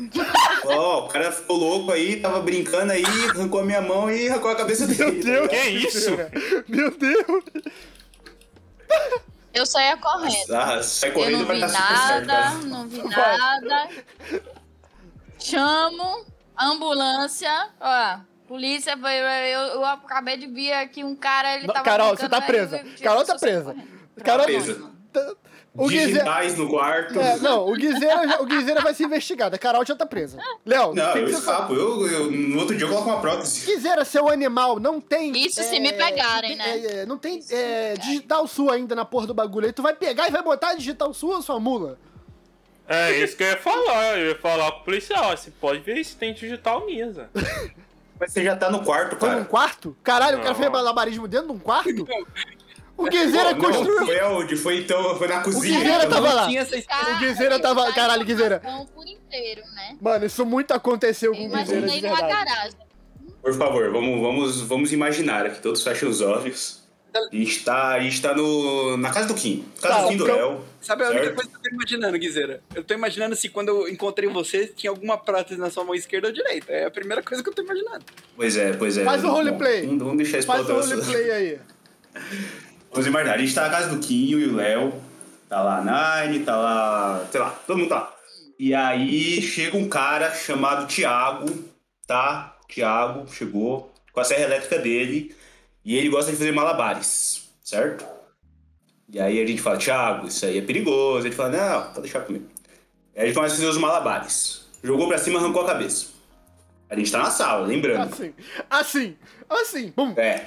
S3: Ó, o cara ficou louco aí, tava brincando aí, arrancou a minha mão e arrancou a cabeça dele. tá
S1: Meu Deus.
S2: Que isso?
S1: pensou? Meu Deus.
S4: Eu saía correndo.
S3: Ah, sai
S4: Eu
S3: correndo
S4: não
S3: vai
S4: vi
S3: dar super certo.
S4: nada,
S3: cara.
S4: não vi
S1: Vai.
S4: nada. Chamo a ambulância. Ó, polícia, eu, eu, eu acabei de ver aqui um cara, ele
S1: Não,
S4: tava
S1: Carol,
S4: brincando,
S1: você tá
S4: aí
S1: presa.
S4: eu-
S1: Carol tá
S4: eu saí
S1: presa.
S4: correndo.
S1: Carol
S4: Pra
S3: presa.
S4: Rondônia.
S1: Tá- O Guizeira.
S3: Digitais no quarto.
S1: É, não, o Guizeira, já- o Guizeira vai ser investigado. A Carol já tá presa. Léo,
S3: Não,
S1: tem
S3: eu
S1: que ser só-
S3: escapo. Eu, eu- no outro dia eu coloco uma prótese.
S1: Guizeira, seu animal, não tem.
S6: Isso se me pegarem, né?
S1: é, é, não tem é, digital sua ainda na porra do bagulho. Aí tu vai pegar e vai botar digital sua, sua mula.
S2: É isso que eu ia falar. Eu ia falar pro policial: ó, você pode ver se tem digital minha. Zé."
S3: Mas você já tá no quarto,
S1: Foi num
S3: cara.
S1: quarto? Caralho, o cara
S2: Não.
S1: fez malabarismo dentro de um quarto? O
S3: Pô,
S1: Guizeira
S3: não,
S1: construiu.
S3: foi onde? Foi então, foi na
S1: O
S3: cozinha.
S1: Guizeira
S5: Tá,
S3: então.
S1: tava lá.
S5: Tinha
S6: Tá.
S5: essa história.
S1: O Guizeira
S4: tá
S1: tava. Caralho, Guizeira.
S6: Não por inteiro, né?
S1: Mano, isso muito aconteceu
S6: Eu
S1: com o Guizeira de
S6: imaginei numa
S1: verdade.
S6: garagem.
S3: Por favor, vamos, vamos, vamos imaginar aqui. Todos fechem os olhos. A gente tá, a gente tá no, na casa do Kim. Casa
S5: Tá,
S3: do Kim do
S5: então,
S3: Léo.
S5: Sabe a única
S3: certo?
S5: coisa que eu tô imaginando, Guizeira? Eu tô imaginando se quando eu encontrei você, tinha alguma prótese na sua mão esquerda ou direita. É a primeira coisa que eu tô imaginando.
S3: Pois é, pois é.
S1: Faz o
S3: Bom,
S1: roleplay.
S3: Vamos, vamos deixar isso pra
S1: Faz o
S3: outra assunto.
S1: roleplay aí.
S3: Vamos imaginar, a gente tá na casa do Quinho e o Léo, tá lá a Nine, tá lá, sei lá, todo mundo tá lá. E aí chega um cara chamado Thiago, tá? Thiago chegou com a serra elétrica dele e ele gosta de fazer malabares, certo? E aí a gente fala, Thiago, isso aí é perigoso. Ele fala, não, pode deixar comigo. Aí a gente começa a fazer os malabares. Jogou pra cima, arrancou a cabeça. A gente tá na sala, lembrando.
S1: Assim, assim, assim. Bum.
S3: É.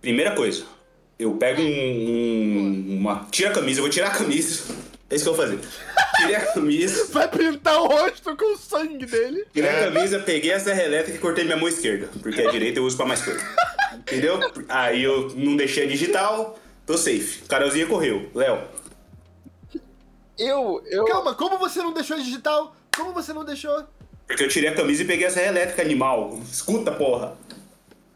S3: Primeira coisa, eu pego um, um- uma. Tira a camisa, eu vou tirar a camisa. É isso que eu vou fazer. Tirei a camisa,
S1: Vai pintar o rosto com o sangue dele.
S3: tirei a camisa, peguei a serra elétrica e cortei minha mão esquerda. Porque a direita eu uso pra mais coisa. Entendeu? Aí eu não deixei a digital, tô safe. Carolzinha correu. Léo.
S5: Eu, eu.
S1: Calma, como você não deixou digital? Como você não deixou?
S3: Porque eu tirei a camisa e peguei a serra elétrica, animal. Escuta, porra.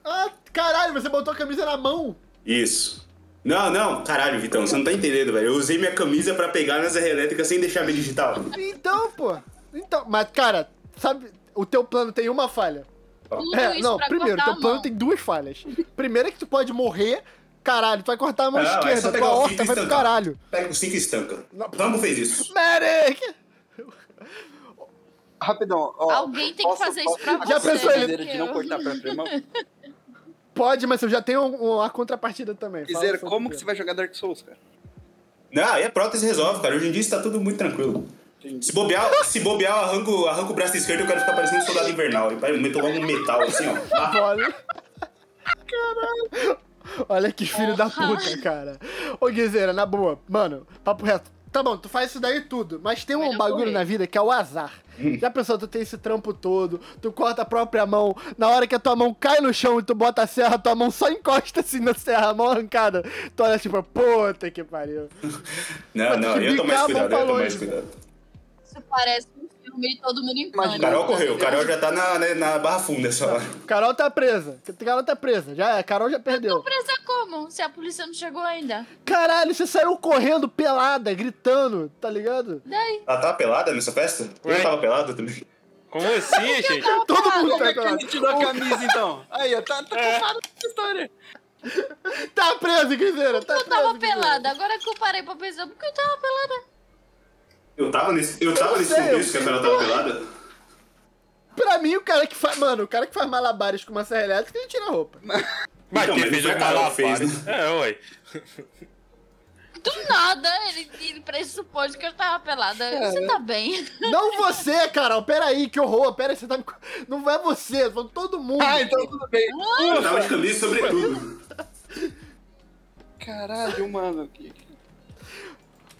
S1: Ah, caralho, você botou a camisa na mão.
S3: Isso. Não, não, caralho, Vitão, você não tá entendendo, velho. Eu usei minha camisa pra pegar na serra elétrica sem deixar minha digital.
S1: Então, pô. Então, mas cara, sabe, o teu plano tem uma falha.
S6: Tudo
S1: É,
S6: isso
S1: não,
S6: pra
S1: primeiro,
S6: cortar
S1: teu
S6: a
S1: plano
S6: mão.
S1: tem duas falhas. Primeiro é que tu pode morrer, caralho, tu vai cortar a mão
S3: Não, é só
S1: esquerda,
S3: pegar
S1: tua
S3: o fio
S1: horta
S3: e
S1: vai pro
S3: estancar.
S1: caralho.
S3: Pega o cinco e estanca. Rambo fez isso.
S1: Medic!
S5: Rapidão, ó.
S6: Alguém tem que fazer isso pra
S1: Já
S6: você.
S1: pensou
S6: né?
S1: ele-
S5: Guizeira, de não
S6: Eu-
S5: cortar a própria mão?
S1: Pode, mas eu já tenho um- uma contrapartida também. Fala
S5: Guizeira,
S1: sobre
S5: como que é.
S1: isso.
S5: você vai jogar Dark Souls, cara?
S3: Não, aí a prótese resolve, cara. Hoje em dia está tudo muito tranquilo. Se bobear, se bobear, eu arranco, arranco o braço esquerdo e eu quero ficar parecendo um soldado invernal. E vai meter logo um metal assim, ó. Ah,
S1: Olha. Caralho. Olha que filho da puta, cara. Ô, Guizeira, na boa. Mano, papo reto. Tá bom, tu faz isso daí tudo, mas tem um
S6: Melhor
S1: bagulho
S6: correr.
S1: na vida que é o azar. Já pensou, tu tem esse trampo todo, tu corta a própria mão, na hora que a tua mão cai no chão e tu bota a serra, tua mão só encosta assim na serra, a mão arrancada. Tu olha tipo, puta que pariu.
S3: Não, não, eu tô mais cuidado, eu tô mais cuidado.
S6: Isso parece um filme e todo mundo em
S5: Imagina.
S6: pânico.
S3: Carol correu, Carol já tá na, na, na barra funda essa hora.
S1: Carol tá presa, Carol tá presa, já é, Carol já perdeu.
S6: Presa como? Se a polícia não chegou ainda.
S1: Caralho, você saiu correndo pelada, gritando, tá ligado?
S6: Daí.
S3: Ela tava pelada nessa festa? Eu
S2: Ué?
S3: tava pelado também.
S2: Como assim, gente?
S1: Todo mundo
S5: Como
S1: tá
S5: é que
S1: pelado.
S5: ele tirou a camisa, então? Aí, ó, tá, tá culpado dessa história.
S1: É. Tá preso, Guizeira, tá
S6: Eu
S1: preso.
S6: tava
S1: Guizeira.
S6: pelada. Agora que eu parei pra pensar, por que eu tava pelada?
S3: Eu tava nesse, eu tava nesse
S1: sei, eu-
S3: serviço que a Carol tava pelada?
S1: Pra mim, o cara que faz. Mano, o cara que faz malabares com uma serra elétrica, ele tira a roupa.
S2: Mas
S3: Então,
S2: quem
S3: mas
S2: fez
S3: não
S2: o
S3: foi a Carol que
S2: malabar?
S3: fez,
S2: É, ué.
S6: Do nada, ele, ele pressupôs que eu tava pelada. Você tá bem?
S1: Não você, Carol. Peraí, que horror. Peraí, você tá me. Não é você, são todo mundo.
S5: Ah, então tudo bem.
S3: Eu tava de camisa sobretudo.
S5: Caralho, mano. que-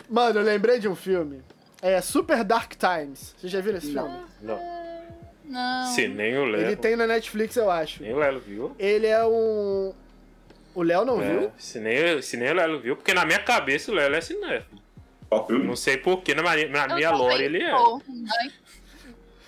S1: Mano, eu lembrei de um filme. É Super Dark Times. Vocês já viram esse filme?
S2: Não.
S6: Não.
S2: Se nem o
S1: Ele
S2: Léo.
S1: tem na Netflix, eu acho.
S2: Nem o Lelo viu.
S1: Ele é um. O Léo não viu?
S2: É, se, nem, se nem o Lelo viu, porque na minha cabeça o Lelo é cinéfilo.
S3: Qual filme?
S2: Não sei porquê, na minha, na
S6: Eu
S2: minha
S6: também
S2: lore ele é.
S6: sou. Ai,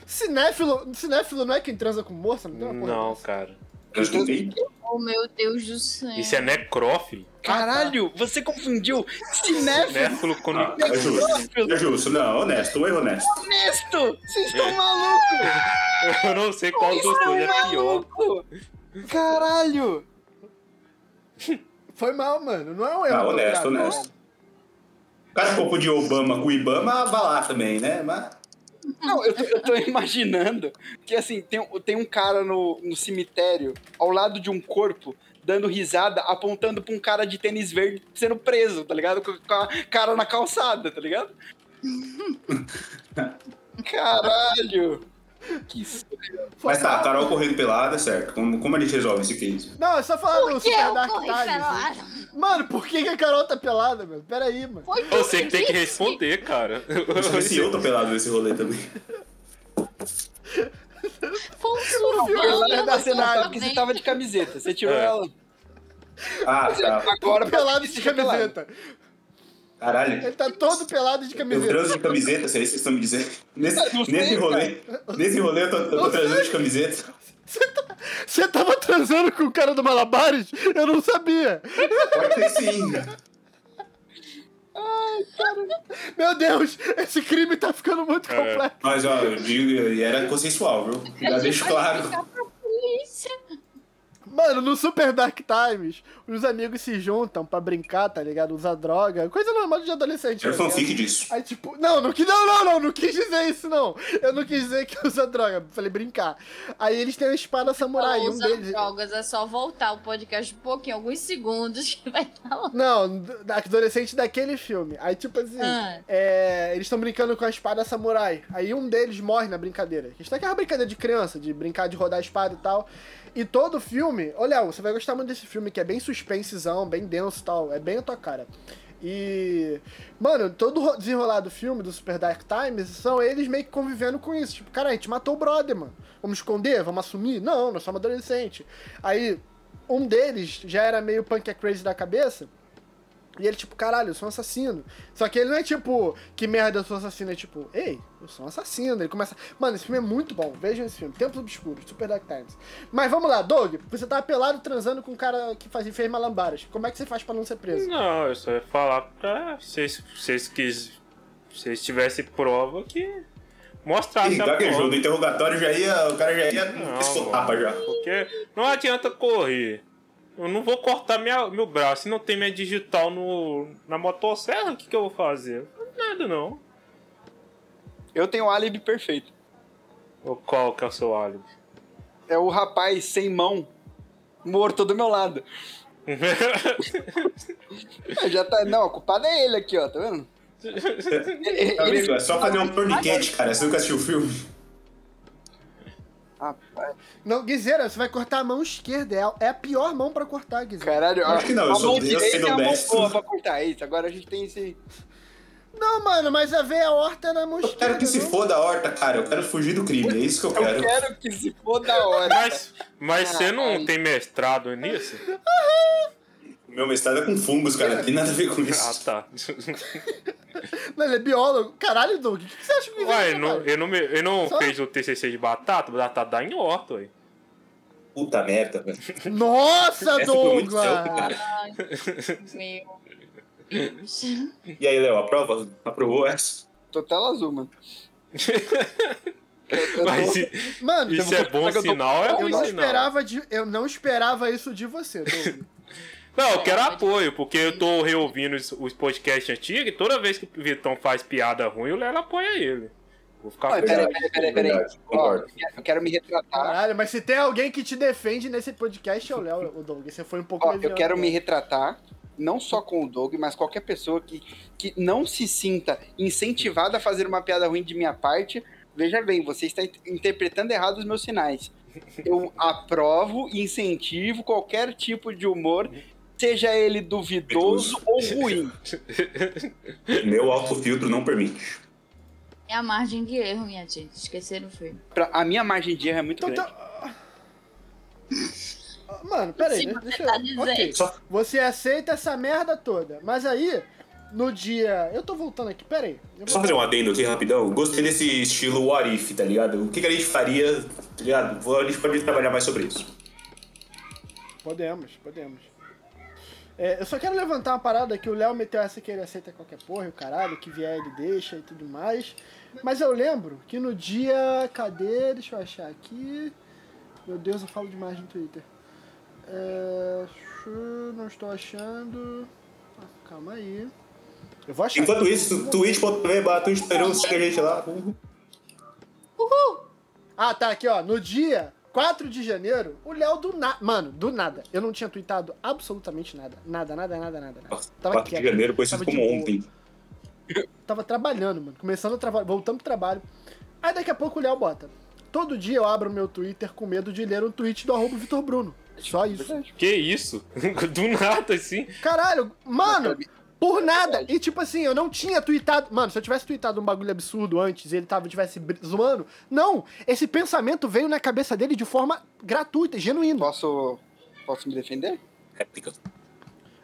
S1: Cinéfilo. Cinéfilo não é quem transa com moça? Não tem uma porra
S2: Não,
S1: dessa?
S2: cara.
S3: Eu escutei.
S6: Oh, meu Deus do céu.
S2: Isso é necrófilo.
S5: tá. Caralho, você confundiu cinéfilo
S2: Néfilo quando.
S3: Ah, é justo. É justo. Não, honesto, um erro honesto.
S5: com honesto. Vocês estão malucos.
S2: Eu não sei qual dos
S5: Vocês estão
S2: dois é pior.
S5: malucos. Caralho.
S1: Foi mal, mano. Não é um erro.
S3: Ah,
S1: do
S3: honesto,
S1: cara.
S3: honesto. O cara ficou de Obama com o Ibama, vai lá também, né? Mas...
S5: Não, eu tô, eu tô imaginando que, assim, tem, um- tem um cara no, no cemitério, ao lado de um corpo, dando risada, apontando pra um cara de tênis verde sendo preso, tá ligado? Com com a cara na calçada, tá ligado? Caralho! Que isso.
S3: Mas tá, Carol correndo pelada, certo? Como, como a gente resolve esse case?
S1: Não, é só falar do
S6: Por que
S1: Super
S6: eu
S1: Dark
S6: corri
S5: né?
S1: Times.
S6: pelada?
S1: Mano, por que, que a Carol tá pelada, mano? Pera aí, mano.
S6: Foi tu
S2: Você que tem que
S6: disse.
S2: responder, cara.
S3: Eu sei se eu tô pelado nesse rolê também.
S6: Foi um
S1: Pelada
S6: surubão.
S5: Ela
S6: eu
S5: era
S6: não
S5: da cenário
S4: tá
S6: sou
S5: porque você
S6: também.
S5: tava de camiseta. Você tirou
S2: É.
S5: ela
S3: Ah, tá.
S5: agora pra
S1: Pelado de
S5: ficar é pelado.
S1: camiseta. Ele
S3: Caralho.
S1: tá todo pelado de
S3: Eu
S1: camiseta.
S3: transo de camiseta, se é isso que vocês estão me dizendo. Nesse,
S5: Não sei,
S3: nesse rolê, nesse rolê eu tô, eu tô transando de camiseta.
S1: Você tava transando com o cara do Malabares? Eu não sabia.
S3: Pode ter sim.
S1: Meu Deus, esse crime tá ficando muito
S2: É.
S1: complexo.
S3: Mas ó, eu digo, e era consensual, viu? Já deixo claro.
S6: Ficar pra polícia.
S1: Mano, no Super Dark Times, os amigos se juntam pra brincar, tá ligado? Usar droga, coisa normal de adolescente.
S3: Era
S1: tá ligado?
S3: fanfic disso.
S1: Aí, tipo, não, não, qui- não, não, não, não quis dizer isso, não. Eu não quis dizer que usa droga. Falei brincar. Aí eles têm uma espada samurai,
S6: Ou
S1: um
S6: usar
S1: deles.
S6: drogas, é só voltar o podcast um pouquinho, alguns segundos, que vai estar lá.
S1: Não, da- adolescente daquele filme. Aí, tipo assim,
S6: Ah.
S1: é, eles estão brincando com a espada samurai. Aí um deles morre na brincadeira. Isso é aquela brincadeira de criança, de brincar de rodar a espada e tal. E todo filme, olha, você vai gostar muito desse filme, que é bem suspensezão, bem denso e tal. É bem a tua cara. E, mano, todo o desenrolar do filme, do Super Dark Times, são eles meio que convivendo com isso. Tipo, cara, a gente matou o brother, mano. Vamos esconder? Vamos assumir? Não, nós somos adolescente. Aí, um deles já era meio punk é crazy da cabeça. E ele, tipo, caralho, eu sou um assassino. Só que ele não é tipo, que merda, eu sou um assassino. É tipo, ei, eu sou um assassino. Ele começa. Mano, esse filme é muito bom. Vejam esse filme. Tempos Obscuros, Super Dark Times. Mas vamos lá, Doug, você tá pelado transando com um cara que faz, fez malambaras. Como é que você faz pra não ser preso?
S2: Não, eu só ia falar pra vocês, vocês quis, vocês tivessem prova que mostrasse
S3: Ih,
S2: a
S3: gaguejou do
S2: prova.
S3: interrogatório, já ia, o cara já ia
S2: Não,
S3: com escotapa já.
S2: Porque não adianta correr. Eu não vou cortar minha, meu braço. Se não tem minha digital no, na motosserra, o que, que eu vou fazer? Nada não.
S5: Eu tenho o álibi perfeito.
S2: Ou qual que é o seu álibi?
S5: É o rapaz sem mão, morto do meu lado. Ah, Já tá. Não, a culpada é ele aqui, ó, tá vendo? Ele- ele-
S3: Amigo, é só fazer um torniquete, cara. Você nunca assistiu o filme?
S5: Rapaz,
S1: Não, Guizeira, você vai cortar a mão esquerda. É a, é a pior mão pra cortar, Guizeira.
S5: caralho,
S3: Acho
S5: ó,
S3: que não, eu
S5: a
S3: sou-
S5: mão
S3: eu
S5: direita
S3: sei do
S5: é a mão
S3: best.
S5: boa pra cortar é isso. Agora a gente tem esse.
S1: Não, mano, mas a veia horta é na mão
S3: Eu
S1: esquerda.
S3: quero que se
S1: não?
S3: foda a horta, cara. Eu quero fugir do crime, é isso que eu
S5: Eu
S3: quero.
S5: quero que se for da hora.
S2: Mas, mas você não
S5: Caralho.
S2: tem mestrado nisso?
S3: Meu mestrado é com fungos, cara. Não tem nada a ver com
S2: Ah,
S3: isso.
S2: tá.
S1: Não, ele é biólogo. Caralho, Doug, o que, que você acha que o
S2: Ué,
S1: Guizeira
S2: eu não,
S1: trabalha?
S2: eu não, me- eu não
S1: Só-
S2: fez o TCC de batata, batata dá em horta, ué.
S3: Puta merda, velho.
S1: Nossa,
S3: Essa foi é muito céu,
S1: Douglas!
S3: cara.
S6: Meu.
S3: E aí, Léo, aprova? Aprovou essa?
S5: Tô tela azul, mano. Eu, eu
S2: Mas
S5: tô-
S2: i-
S1: Mano,
S2: isso é bom
S5: que eu tô-
S2: sinal, é
S1: Eu
S2: ruim
S1: não
S2: sinal.
S1: esperava de, eu não esperava isso de você, Doug.
S2: Não, eu quero apoio, porque eu tô reouvindo os, os podcasts antigos e toda vez que o Vitão faz piada ruim, o Léo apoia ele. Vou
S1: Ah,
S2: ficar
S5: Ó,
S2: com
S5: Peraí, peraí, peraí, peraí.
S3: É Verdade,
S5: Ó,
S3: concordo.
S5: eu quero- eu quero me retratar.
S1: Caralho, mas se tem alguém que te defende nesse podcast é o Léo, o Doug. Você foi um pouco
S5: Ó, eu
S1: leviano.
S5: quero me retratar, não só com o Doug, mas qualquer pessoa que, que não se sinta incentivada a fazer uma piada ruim de minha parte. Veja bem, você está in- interpretando errado os meus sinais. Eu aprovo e incentivo qualquer tipo de humor, seja ele duvidoso ou ruim.
S3: Meu autofiltro não permite.
S6: É a margem de erro, minha gente. Esqueceram o filme.
S5: Pra- a minha margem de erro é muito
S1: Então
S5: grande.
S1: tá... Ah, Mano, peraí,
S6: Se
S1: né?
S6: você
S1: deixa
S6: tá
S1: eu...
S6: dizendo.
S1: Ok,
S3: Só-
S1: você aceita essa merda toda, mas aí, no dia... Eu tô voltando aqui, peraí. Eu
S3: Só
S1: vou-
S3: fazer um adendo aqui rapidão. Gostei desse estilo what if, tá ligado? O que, que a gente faria, tá ligado? Vou- A gente pode trabalhar mais sobre isso.
S1: Podemos, podemos. É, eu só quero levantar uma parada que o Léo meteu essa que ele aceita qualquer porra, e o caralho, que vier ele deixa e tudo mais. Mas eu lembro que no dia. Cadê? Deixa eu achar aqui. Meu Deus, eu falo demais no Twitter. É, chu- não estou achando. Ah, Calma aí. Eu vou achar.
S3: Enquanto isso, twitch.tv, barra twitch, segue a gente lá.
S1: Ah, tá aqui, ó. No dia 4 de janeiro, o Léo do nada. Mano, do nada. Eu não tinha tweetado absolutamente nada. Nada, nada, nada, nada. nada.
S3: Nossa,
S1: Tava
S3: 4 de
S1: quieto.
S3: janeiro, conhecido
S1: Tava de
S3: como
S1: boa.
S3: ontem.
S1: Tava trabalhando, mano. Começando a trabalhar, voltando pro trabalho. Aí daqui a pouco o Léo bota. Todo dia eu abro meu Twitter com medo de ler um tweet do arroba Vitor Bruno. Só isso.
S2: Que isso? Do nada, assim.
S1: Caralho, mano, por nada. E tipo assim, eu não tinha tweetado. Mano, se eu tivesse tweetado um bagulho absurdo antes e ele tava, tivesse br- zoando. Não, esse pensamento veio na cabeça dele de forma gratuita, genuína.
S5: Posso, posso me defender?
S3: Réplica.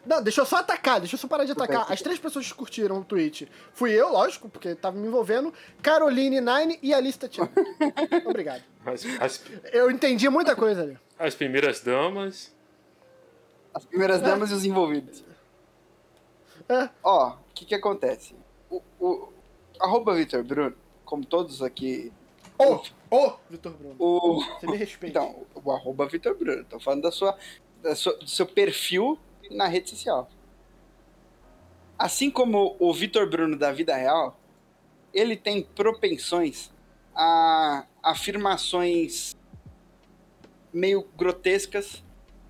S1: Não, deixa eu só atacar, deixa eu só parar de atacar. As três pessoas que curtiram o tweet. Fui eu, lógico, porque tava me envolvendo, Caroline Nine e a lista Tina. Obrigado.
S2: As, as,
S1: Eu entendi muita coisa ali.
S2: as primeiras damas.
S5: As primeiras damas e os envolvidos.
S1: É.
S5: Ó, o que que acontece? O, o, arroba Vitor Bruno, como todos aqui,
S1: Ô, ô, Vitor Bruno.
S5: o...
S1: Você me respeita.
S5: Então, o arroba Vitor Bruno, tô falando da sua, da sua- do seu perfil na rede social. Assim como o Vitor Bruno da vida real, ele tem propensões a afirmações meio grotescas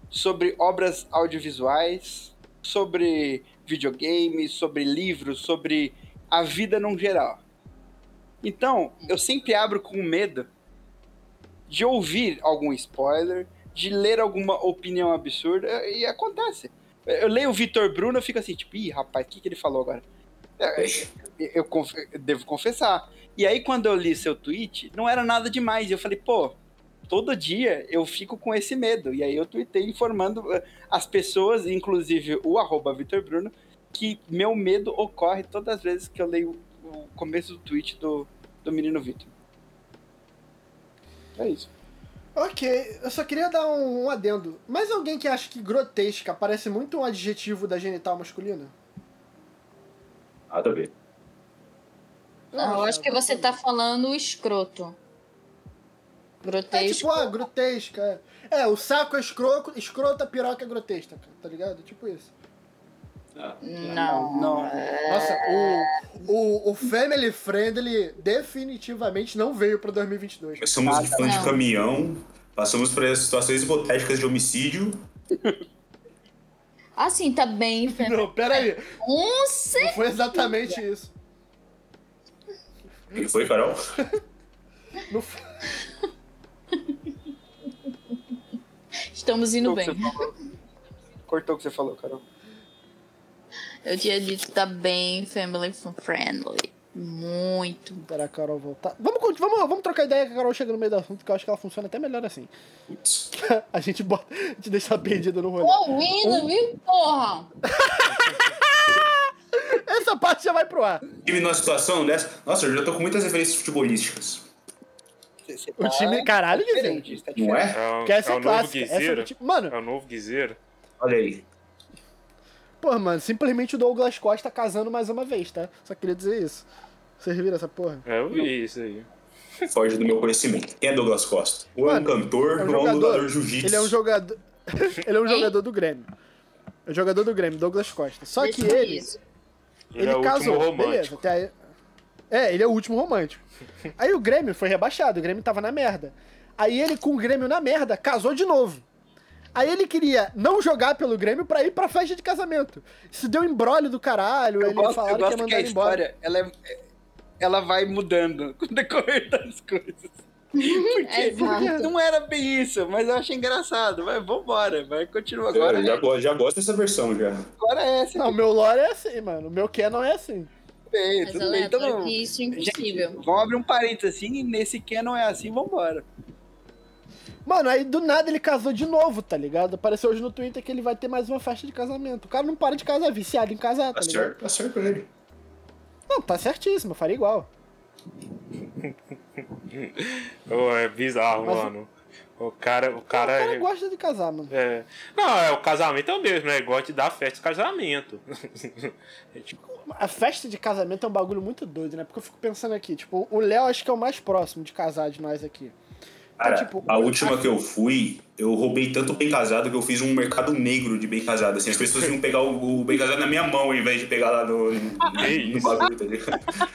S5: sobre obras audiovisuais, sobre videogames, sobre livros, sobre a vida num geral. Então, eu sempre abro com medo de ouvir algum spoiler, de ler alguma opinião absurda, e acontece. Eu leio o Vitor Bruno, eu fico assim, tipo, ih, rapaz, o que, que ele falou agora? É, Eu, eu conf- eu devo confessar. E aí, quando eu li seu tweet, não era nada demais. Eu falei, pô, todo dia eu fico com esse medo. E aí eu tuitei informando eh, as pessoas, inclusive o arroba Vitor Bruno, que meu medo ocorre todas as vezes que eu leio o começo do tweet do, do menino Vitor. É isso.
S1: Ok, eu só queria dar um, um adendo. Mas alguém que acha que grotesca parece muito um adjetivo da genital masculina?
S3: Nada a ver.
S6: Não, eu acho que você tá falando escroto.
S1: É
S6: Grotesco.
S1: tipo, ah, grotesca. É, É, o saco é escroco, escroto, a piroca é grotesca, cara, tá ligado? Tipo isso.
S6: É Não.
S5: Não.
S1: Nossa, o, o, o Family Friendly definitivamente não veio pra 2022.
S3: Começamos de fã de
S6: não.
S3: caminhão, passamos por situações hipotéticas de homicídio.
S6: Assim, tá bem. Fernando.
S1: Não, peraí,
S6: Um se-
S1: não foi exatamente isso.
S3: O que foi, Carol?
S1: Não foi-
S6: Estamos indo bem.
S5: Cortou o que você falou. Cortou o que você falou, Carol.
S6: Eu tinha dito tá bem family friendly. Muito.
S1: Esperar a Carol voltar. Vamos, con- vamos, vamos trocar ideia que a Carol chega no meio do assunto, que eu acho que ela funciona até melhor assim.
S3: Putz.
S1: A gente bota, a gente deixa ela perdida no rolê.
S6: Um
S4: Ouvindo, viu, porra?
S1: Essa parte já vai pro ar.
S3: Tive numa situação dessa. Nossa, eu já tô com muitas referências futebolísticas.
S5: Você, você
S1: O
S5: tá
S1: time, caralho, Guizinho.
S5: diferente, tá
S3: Não
S5: diferente.
S3: é?
S2: É, o-
S1: Que essa
S2: é
S1: é,
S2: o novo
S1: clássica. Essa é do
S2: guiseiro.
S1: time- Mano,
S2: É o novo guiseiro.
S3: Olha aí.
S1: Pô, mano, simplesmente o Douglas Costa casando mais uma vez, tá? Só queria dizer isso. Vocês viram essa porra?
S2: É, eu vi isso aí.
S3: Foge do meu conhecimento. Quem é Douglas Costa? Ou é um
S1: Mano,
S3: cantor,
S1: é um
S3: ou é um
S1: jogador.
S3: lutador de jiu-jitsu.
S1: Ele é um jogador. ele é um jogador do Grêmio. É um jogador do Grêmio, Douglas Costa. Só que
S6: Deixa
S1: ele,
S6: isso.
S2: Ele,
S1: ele,
S2: é o
S1: casou.
S2: último romântico.
S1: Beleza, até aí- É, ele é o último romântico. Aí o Grêmio foi rebaixado, o Grêmio tava na merda. Aí ele, com o Grêmio na merda, casou de novo. Aí ele queria não jogar pelo Grêmio pra ir pra festa de casamento. Isso deu embrólio do caralho,
S5: Eu
S1: ele
S5: gosto,
S1: falaram
S5: eu
S1: que
S5: gosto
S1: ia
S5: que,
S1: mandar
S5: a
S1: ele embora.
S5: história, ela, é- ela vai mudando com o decorrer das coisas.
S6: É, exato.
S5: Não era bem isso, mas eu achei engraçado. Mas vambora, vai, continua
S3: É,
S5: agora.
S3: eu já, go- já gosto dessa versão já. Tá
S5: Agora é essa,
S1: Não, o meu lore é assim, mano. O meu canon é assim.
S5: tudo bem,
S6: Mas
S5: tudo bem. Então,
S6: aleatório que isso é impossível.
S5: gente, vamos abrir um parênteses assim, nesse que não é assim, vambora.
S1: Mano, aí do nada ele casou de novo, tá ligado? Apareceu hoje no Twitter que ele vai ter mais uma festa de casamento. O cara não para de casar, é viciado em casar, tá
S3: Tá
S1: ligado?
S3: certo, tá certo ele.
S1: Não, tá certíssimo, eu faria igual.
S2: Ô, é bizarro,
S1: Mas-
S2: mano. O cara, o
S1: Cara,
S2: cara,
S1: o cara
S2: é-
S1: gosta de casar, mano.
S2: é- Não, é o casamento é o mesmo, né? Ele gosta de dar festa de casamento.
S1: A festa de casamento é um bagulho muito doido, né? Porque eu fico pensando aqui, tipo, o Léo acho que é o mais próximo de casar de nós aqui.
S3: Cara,
S1: tipo,
S3: a
S1: o-
S3: última que eu fui, eu roubei tanto bem casado que eu fiz um mercado negro de bem casado. Assim, as pessoas iam pegar o, o bem casado na minha mão ao invés de pegar lá no, no,
S2: Que
S3: no
S2: isso?
S3: bagulho, tá ligado?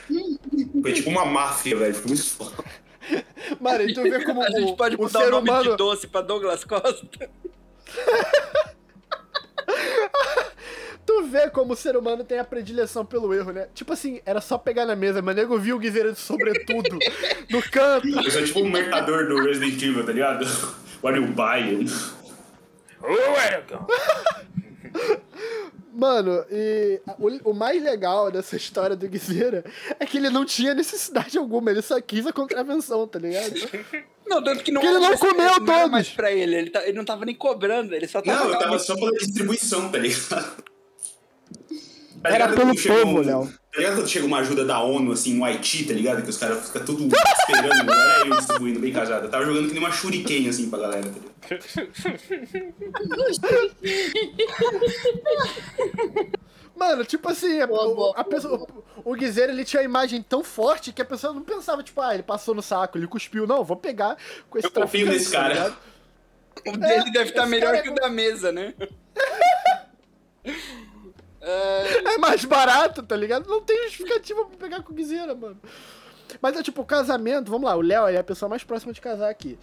S3: Foi tipo uma máfia, velho. Foi muito foda.
S1: Mari, tu vê como
S5: A gente
S1: o,
S5: pode
S1: o
S5: mudar o
S1: ser
S5: nome de
S1: humano.
S5: doce pra Douglas Costa.
S1: Tu vê como o ser humano tem a predileção pelo erro, né? Tipo assim, era só pegar na mesa, mas nego viu o Guiseira de sobretudo no canto.
S3: Eu sou tipo um mercador do Resident Evil, tá ligado? What you buy?
S2: Ô, Ericão!
S1: Mano, e o, o mais legal dessa história do Guiseira é que ele não tinha necessidade alguma, ele só quis a contravenção, tá ligado?
S5: Não, tanto que não.
S1: Porque ele não comeu
S5: não era
S1: todos.
S5: mais pra ele. Ele, tá- ele não tava nem cobrando, ele só tava.
S3: Não, eu tava só pela distribuição, tá ligado? Tá
S1: Era
S3: ligado
S1: pelo
S3: quando chega
S1: povo, Léo.
S3: Tá ligado quando chega uma ajuda da ONU, assim, no Haiti, tá ligado? Que os caras ficam tudo esperando, não era eu distribuindo, bem casado. Eu tava jogando que nem uma shuriken, assim, pra galera, tá ligado?
S1: Mano, tipo assim, a-
S4: Boa,
S1: o-
S4: boa,
S1: a pessoa- o, o Guiseiro ele tinha a imagem tão forte que a pessoa não pensava, tipo, ah, ele passou no saco, ele cuspiu. Não, vou pegar com esse
S3: Eu confio
S1: traficante,
S3: nesse
S1: tá
S3: cara.
S1: ligado?
S5: O dele Um deve estar
S1: esse
S5: melhor
S1: cara
S5: que
S1: é
S5: o da mesa, né?
S1: É mais barato, tá ligado? Não tem justificativa pra pegar com o Guiseira, mano. Mas é tipo, o casamento, vamos lá, o Léo ele é a pessoa mais próxima de casar aqui.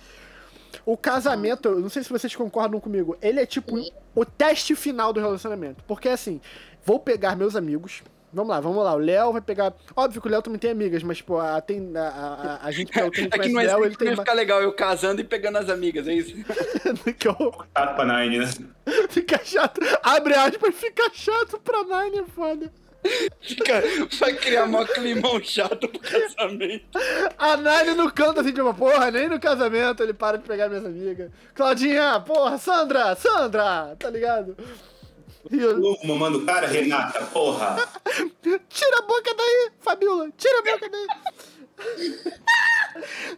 S1: O casamento, eu não sei se vocês concordam comigo, ele é tipo o teste final do relacionamento. Porque assim, vou pegar meus amigos. Vamos lá, vamos lá. O Léo vai pegar. Óbvio que o Léo também tem amigas, mas, pô, a, tem, a, a- a, a gente que é o que conhece
S5: Aqui não
S1: o
S5: é
S1: Léo,
S5: assim
S1: ele
S5: que
S1: tem
S5: vai
S1: mais.
S5: ficar legal eu casando e pegando as amigas, é isso?
S1: que horror.
S3: Tapa Nine, né?
S1: Fica chato. Abre aspas, fica chato pra Nine, é foda.
S5: Fica- vai criar mó climão chato pro casamento.
S1: A Nine não canta assim de uma porra, nem no casamento ele para de pegar minhas amigas. Claudinha, porra, Sandra, Sandra, tá ligado? E eu,
S3: Louco, mamando o cara, Renata, porra.
S1: tira a boca daí, Fabiola, tira a boca daí.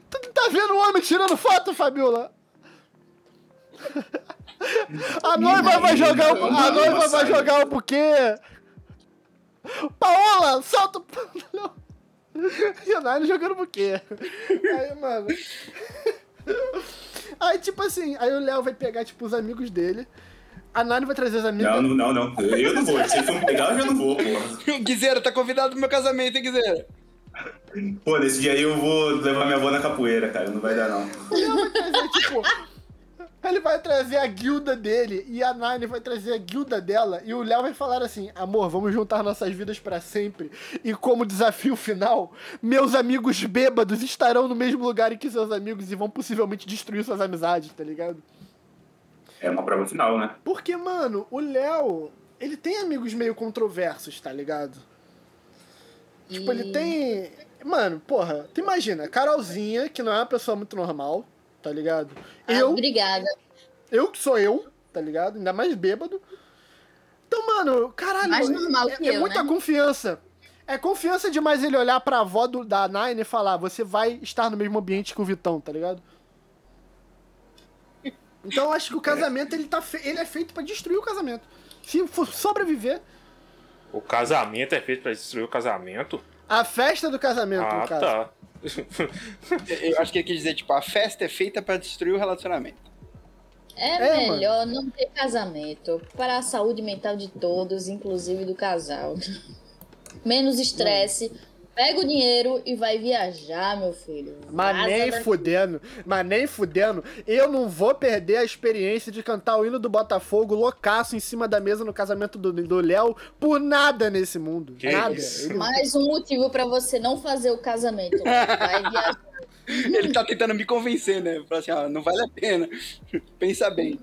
S1: tu não tá vendo o homem tirando foto, Fabiola? A noiva vai jogar, o, a noiva vai jogar o buquê. Paola, solta o... Não. E a Nine jogando buquê. Aí, mano... Aí, tipo assim, aí o Léo vai pegar, tipo, os amigos dele. A Nine vai trazer os amigos.
S3: Não, não, não, não. Eu não vou. Se ele for me pegar, eu já não vou, porra.
S5: Guiseira, tá convidado pro meu casamento, hein, Guiseira?
S3: Pô, nesse dia aí eu vou levar minha avó na capoeira, cara. Não vai dar, não.
S1: trazer, tipo. Ele vai trazer a guilda dele e a Nine vai trazer a guilda dela. E o Léo vai falar assim: amor, vamos juntar nossas vidas pra sempre. E como desafio final, meus amigos bêbados estarão no mesmo lugar em que seus amigos e vão possivelmente destruir suas amizades, tá ligado?
S3: É uma prova final, né?
S1: Porque, mano, o Léo, ele tem amigos meio controversos, tá ligado? Tipo, ele tem. Mano, porra, tu imagina, Carolzinha, que não é uma pessoa muito normal, tá ligado?
S4: Ah,
S1: Eu,
S4: Obrigada.
S1: eu que sou eu, tá ligado? Ainda mais bêbado. Então, mano, caralho.
S4: Mais normal
S1: é,
S4: que
S1: é
S4: eu,
S1: muita
S4: né?
S1: confiança. É confiança demais ele olhar pra avó do, da Nine e falar: você vai estar no mesmo ambiente que o Vitão, tá ligado? Então eu acho que o casamento ele, tá fe- ele é feito pra destruir o casamento. Se for sobreviver,
S2: O casamento é feito pra destruir o casamento?
S1: a festa do casamento,
S2: Ah,
S1: no caso.
S2: tá.
S5: Eu acho que ele quis dizer, tipo, a festa é feita pra destruir o relacionamento.
S4: É,
S1: É,
S4: melhor não ter casamento. Para a saúde mental de todos, inclusive do casal. Menos estresse. Pega o dinheiro e vai viajar, meu filho.
S1: Mas
S4: Vaza né?
S1: nem
S4: daqui.
S1: fudendo, mas nem fudendo. Eu não vou perder a experiência de cantar o hino do Botafogo loucaço em cima da mesa no casamento do do Léo por nada nesse mundo.
S2: Que
S1: nada.
S2: isso?
S1: Ele-
S4: Mais um motivo pra você não fazer o casamento. Vai viajar.
S5: Ele tá tentando me convencer, né? Falar assim, ó, não vale a pena. Pensa bem.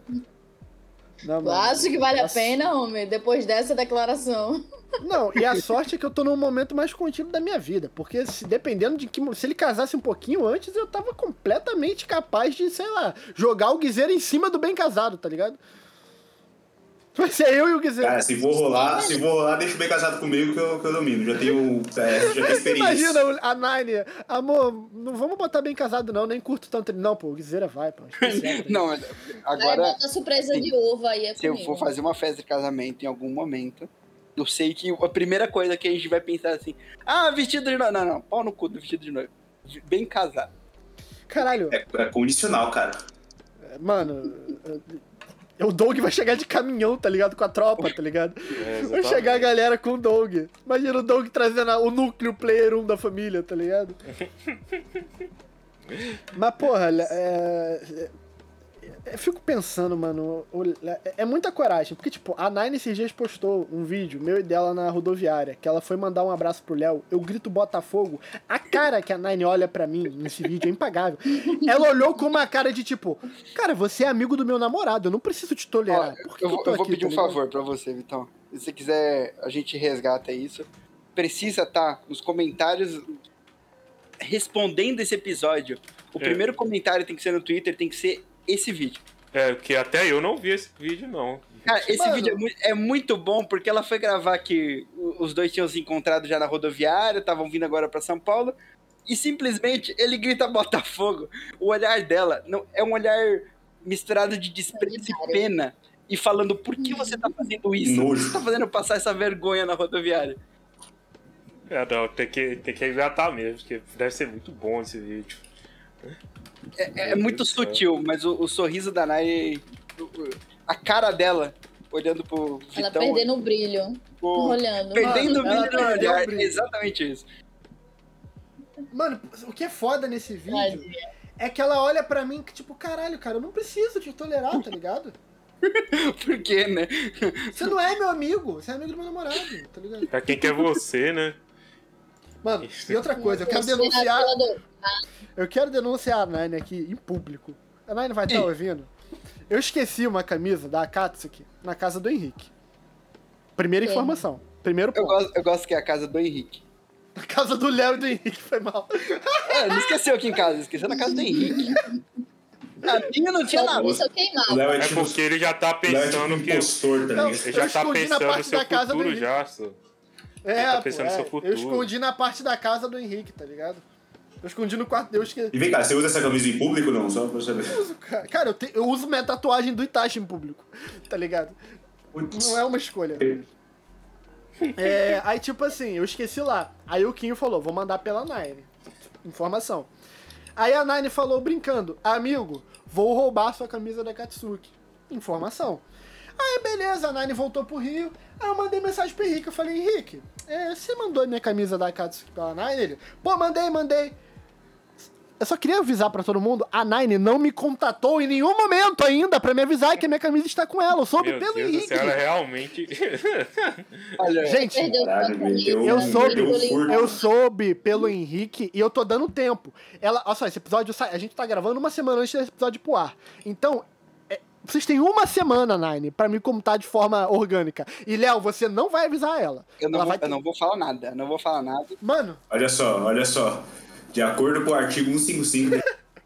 S1: Não,
S4: Eu
S1: mano.
S4: acho que vale a
S1: Nossa.
S4: pena, homem, depois dessa declaração.
S1: Não, e a sorte é que eu tô num momento mais contínuo da minha vida. Porque se dependendo de que. mo- Se ele casasse um pouquinho antes, eu tava completamente capaz de, sei lá, jogar o Guiseiro em cima do bem casado, tá ligado? Vai ser eu e o Guiseiro.
S3: Cara, se vou rolar, se vou rolar, deixa o bem casado comigo que eu, que eu domino. Já tenho, é, já tenho experiência.
S1: Imagina a Nine, amor, não vamos botar bem casado não, nem curto tanto ele. Não, pô, Guiseira vai, pô. é
S5: Não, olha,
S4: Vai
S5: agora,
S4: botar surpresa
S5: assim,
S4: de ovo aí é
S5: se eu
S4: comigo.
S5: for fazer uma festa de casamento em algum momento, eu sei que a primeira coisa que a gente vai pensar assim, ah, vestido de noiva. Não, não, pau no cu do vestido de noiva. Bem casado.
S1: Caralho,
S3: É, é condicional, cara.
S1: mano, é o Doug vai chegar de caminhão, tá ligado? Com a tropa, tá ligado?
S2: É,
S1: Vai
S2: exatamente.
S1: chegar a galera com o Doug. um Imagina o Doug trazendo a- o núcleo player 1 da família, tá ligado? Mas, porra, é... eu fico pensando, mano. o- É muita coragem. Porque, tipo, a Nine esses dias postou um vídeo meu e dela na rodoviária. Que ela foi mandar um abraço pro Léo. Eu grito Botafogo. A cara que a Nine olha pra mim nesse vídeo é impagável. Ela olhou com uma cara de tipo: Cara, você é amigo do meu namorado. Eu não preciso te tolerar. Por que
S5: Eu
S1: que
S5: vou,
S1: tô
S5: eu vou
S1: aqui,
S5: pedir
S1: tá
S5: um
S1: ligado?
S5: favor pra você, Vitão. Se você quiser, a gente resgata isso. Precisa estar nos comentários respondendo esse episódio. O
S2: É.
S5: primeiro comentário tem que ser no Twitter, tem que ser esse vídeo.
S2: É, que até eu não vi esse vídeo, não.
S5: Cara, esse
S1: Mano.
S5: vídeo é mui- é muito, bom porque ela foi gravar que o- os dois tinham se encontrado já na rodoviária, estavam vindo agora pra São Paulo. E simplesmente ele grita Botafogo. O olhar dela não é um olhar misturado de desprezo e pena. E falando, por que você tá fazendo isso?
S3: Nojo.
S5: Você tá fazendo eu passar essa vergonha na rodoviária.
S2: É, não, tem que, tem que resgatar mesmo, porque deve ser muito bom esse vídeo.
S5: É, é muito sutil, mas o, o sorriso da Nai, a cara dela, olhando pro Vitão,
S4: Ela perdendo o brilho,
S5: ficou-
S4: olhando.
S5: perdendo o
S1: Ela
S5: brilho no
S1: perdeu o
S5: olhar.
S1: brilho.
S5: é Exatamente isso.
S1: Mano, o que é foda nesse vídeo
S4: Tadinha.
S1: é que ela olha pra mim que, tipo, caralho, cara, eu não preciso te tolerar, tá ligado?
S5: Por quê, né?
S1: Você não é meu amigo, você é amigo do meu namorado, tá ligado?
S2: Pra quem que é você, né?
S1: Mano, e outra coisa, eu quero
S4: Você é
S1: denunciar,
S4: tolerador.
S1: eu quero denunciar a Nine aqui em público. A Nine vai estar ouvindo. Eu esqueci uma camisa da Akatsuki na casa do Henrique. Primeira
S4: Sim.
S1: informação. Primeiro
S5: Eu
S1: ponto.
S5: gosto, eu gosto que é a casa do Henrique.
S1: Na casa do Léo e do Henrique, foi mal.
S2: Tá
S5: É, não esqueceu aqui em casa, esqueceu na casa do Henrique. A minha não
S4: Se
S5: tinha
S4: eu
S5: nada.
S4: visse, eu
S3: O
S4: queimava.
S3: Léo é
S2: É
S3: tipo,
S2: porque ele já tá
S3: o Léo é tipo um
S2: pensando que.
S3: impostor, tá
S1: Não.
S3: ligado?
S1: Eu
S2: Ele já tá
S1: escondi na
S2: pensando
S1: parte
S2: no seu
S1: da casa
S2: futuro
S1: dele.
S2: já, só.
S1: É,
S2: tá
S1: pô,
S2: pensando no
S1: é.
S2: seu
S1: Eu
S2: futuro.
S1: escondi na parte da casa do Henrique, tá ligado? Eu escondi no quarto. Eu esque...
S3: E vem cá, você usa essa camisa em público não? Só pra eu saber.
S1: Ca- Cara, eu, te- eu uso minha tatuagem do Itachi em público, tá ligado? Não é uma escolha. É, aí, tipo assim, eu esqueci lá. Aí o Kinho falou, vou mandar pela Nine. Informação. Aí a Nine falou, brincando, amigo, vou roubar sua camisa da Katsuki. Informação. Aí, beleza, a Nine voltou pro Rio. Aí eu mandei mensagem pro Henrique. Eu falei, Henrique, é, você mandou a minha camisa da Katsuki pela Nine? Ele, pô, mandei, mandei. Eu só queria avisar pra todo mundo, a Nine não me contatou em nenhum momento ainda pra me avisar que a minha camisa está com ela. Eu soube
S2: Meu
S1: pelo
S2: Deus do
S1: Henrique.
S2: céu, ela realmente.
S5: Olha,
S1: Gente,
S4: É. Perdeu
S3: Caralho,
S4: sua camisa,
S3: meteu um-
S1: eu soube,
S3: meteu um furto.
S1: eu soube pelo Henrique e eu tô dando tempo. Ela, olha só, esse episódio sai, a gente tá gravando uma semana antes desse episódio ir pro ar. Então, é, vocês têm uma semana, Nine, pra me contar de forma orgânica. E, Léo, você não vai avisar ela.
S5: eu não,
S1: ela
S5: vou,
S1: vai
S5: eu não vou falar nada, eu não vou falar nada.
S1: Mano,
S3: Olha só, olha só. De acordo com o artigo 155 do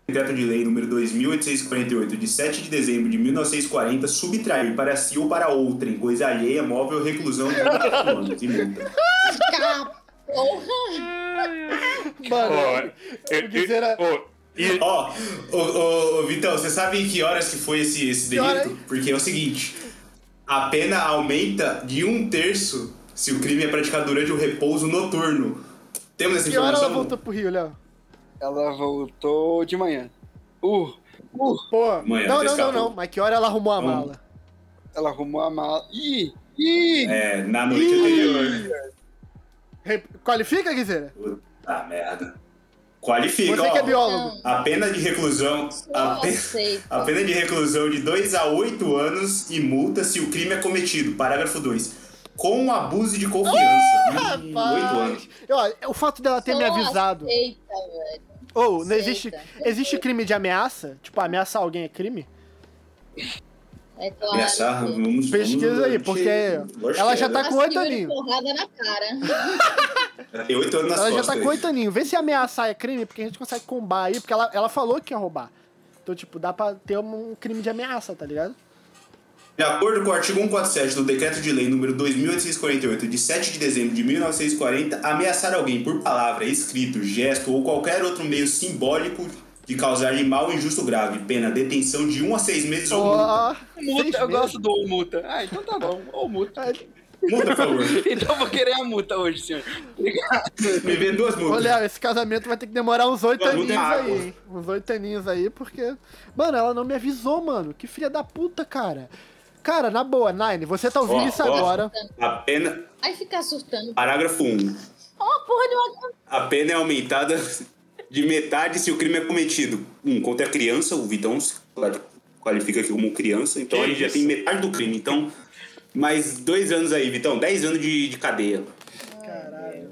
S3: Decreto de Lei número 2848, de 7 de dezembro de 1940, subtrair para si ou para outrem coisa alheia, móvel, reclusão de 24 anos e multa.
S1: mano.
S2: Ó, eu-
S1: quis dizer a-
S2: ó, e-
S3: Ó, ô, ô, ô, Vitão, você sabe em que horas que foi esse, esse
S1: Que hora,
S3: delito?
S1: hein?
S3: Porque é o seguinte, a pena aumenta de um terço se o crime é praticado durante o repouso noturno. Temos
S5: é
S3: essa
S1: Que hora ela
S3: informação?
S1: voltou pro Rio, Léo?
S5: Ela voltou de manhã. Uh, uh,
S1: Pô,
S3: Amanhã,
S1: não, não, não,
S3: pescar,
S1: não.
S3: pô.
S1: Mas que hora ela arrumou a
S3: Hum.
S1: mala?
S5: ela arrumou a mala. Ih, ih,
S3: É, na noite anterior.
S1: Re- Qualifica, Guiseira?
S3: Puta Ah, merda. Qualifica,
S1: Você que é
S3: ó.
S1: biólogo.
S3: A pena de reclusão. A,
S4: Eu
S3: pe-
S4: sei.
S3: a pena de reclusão de 2 a 8 anos e multa se o crime é cometido. Parágrafo 2. Com abuso de confiança. Hum, oito anos.
S1: Rapaz. Eu, ó, o fato dela ter me
S4: Só
S1: avisado.
S4: aceita, velho.
S1: Ou, não
S4: Aceita.
S1: existe. Existe crime de ameaça? Tipo, ameaçar alguém é crime?
S4: É claro.
S3: Ameaçar, vamos- vamos-
S1: Pesquisa aí, porque
S3: Lógico
S1: ela
S3: que
S1: já
S3: é,
S1: tá
S3: né?
S1: com oito
S4: Assim,
S1: aninhos.
S4: porrada na cara.
S3: é, Tem 8 anos nas
S1: Ela já
S3: costas.
S1: tá com oito aninhos. Vê se ameaçar é crime, porque a gente consegue combar aí, porque ela, ela falou que ia roubar. Então, tipo, dá pra ter um crime de ameaça, tá ligado?
S3: De acordo com o artigo 147 do Decreto de Lei número 2848, de 7 de dezembro de 1940, ameaçar alguém por palavra, escrito, gesto ou qualquer outro meio simbólico de causar-lhe mal injusto grave, pena detenção de 1 um a 6 meses ou multa.
S1: Ó,
S5: multa,
S1: seis
S5: eu
S1: meses.
S5: gosto do ou multa. Ah, então tá bom, ou multa.
S3: Multa, por favor.
S5: Então eu vou querer a multa hoje, senhor. Obrigado.
S3: Me vê duas
S1: Ô,
S3: multas.
S1: Léo, esse casamento vai ter que demorar uns oito
S3: Não, não
S1: aninhos
S3: tem água.
S1: aí, hein? Uns oito aninhos aí, porque. Mano, ela não me avisou, mano. Que filha da puta, cara. Cara, na boa, Nine, você tá ouvindo
S3: Ó,
S1: isso
S3: ó.
S1: agora.
S3: A pena,
S4: Vai ficar surtando.
S3: parágrafo 1.
S4: Ó, uma porra de uma.
S3: A pena é aumentada de metade se o crime é cometido um, contra a criança, o Vitão se quali- qualifica aqui como criança, então
S2: Que
S3: ele já
S2: isso?
S3: tem metade do crime. Então, mais dois anos aí, Vitão, dez anos de, de cadeia.
S1: Caralho.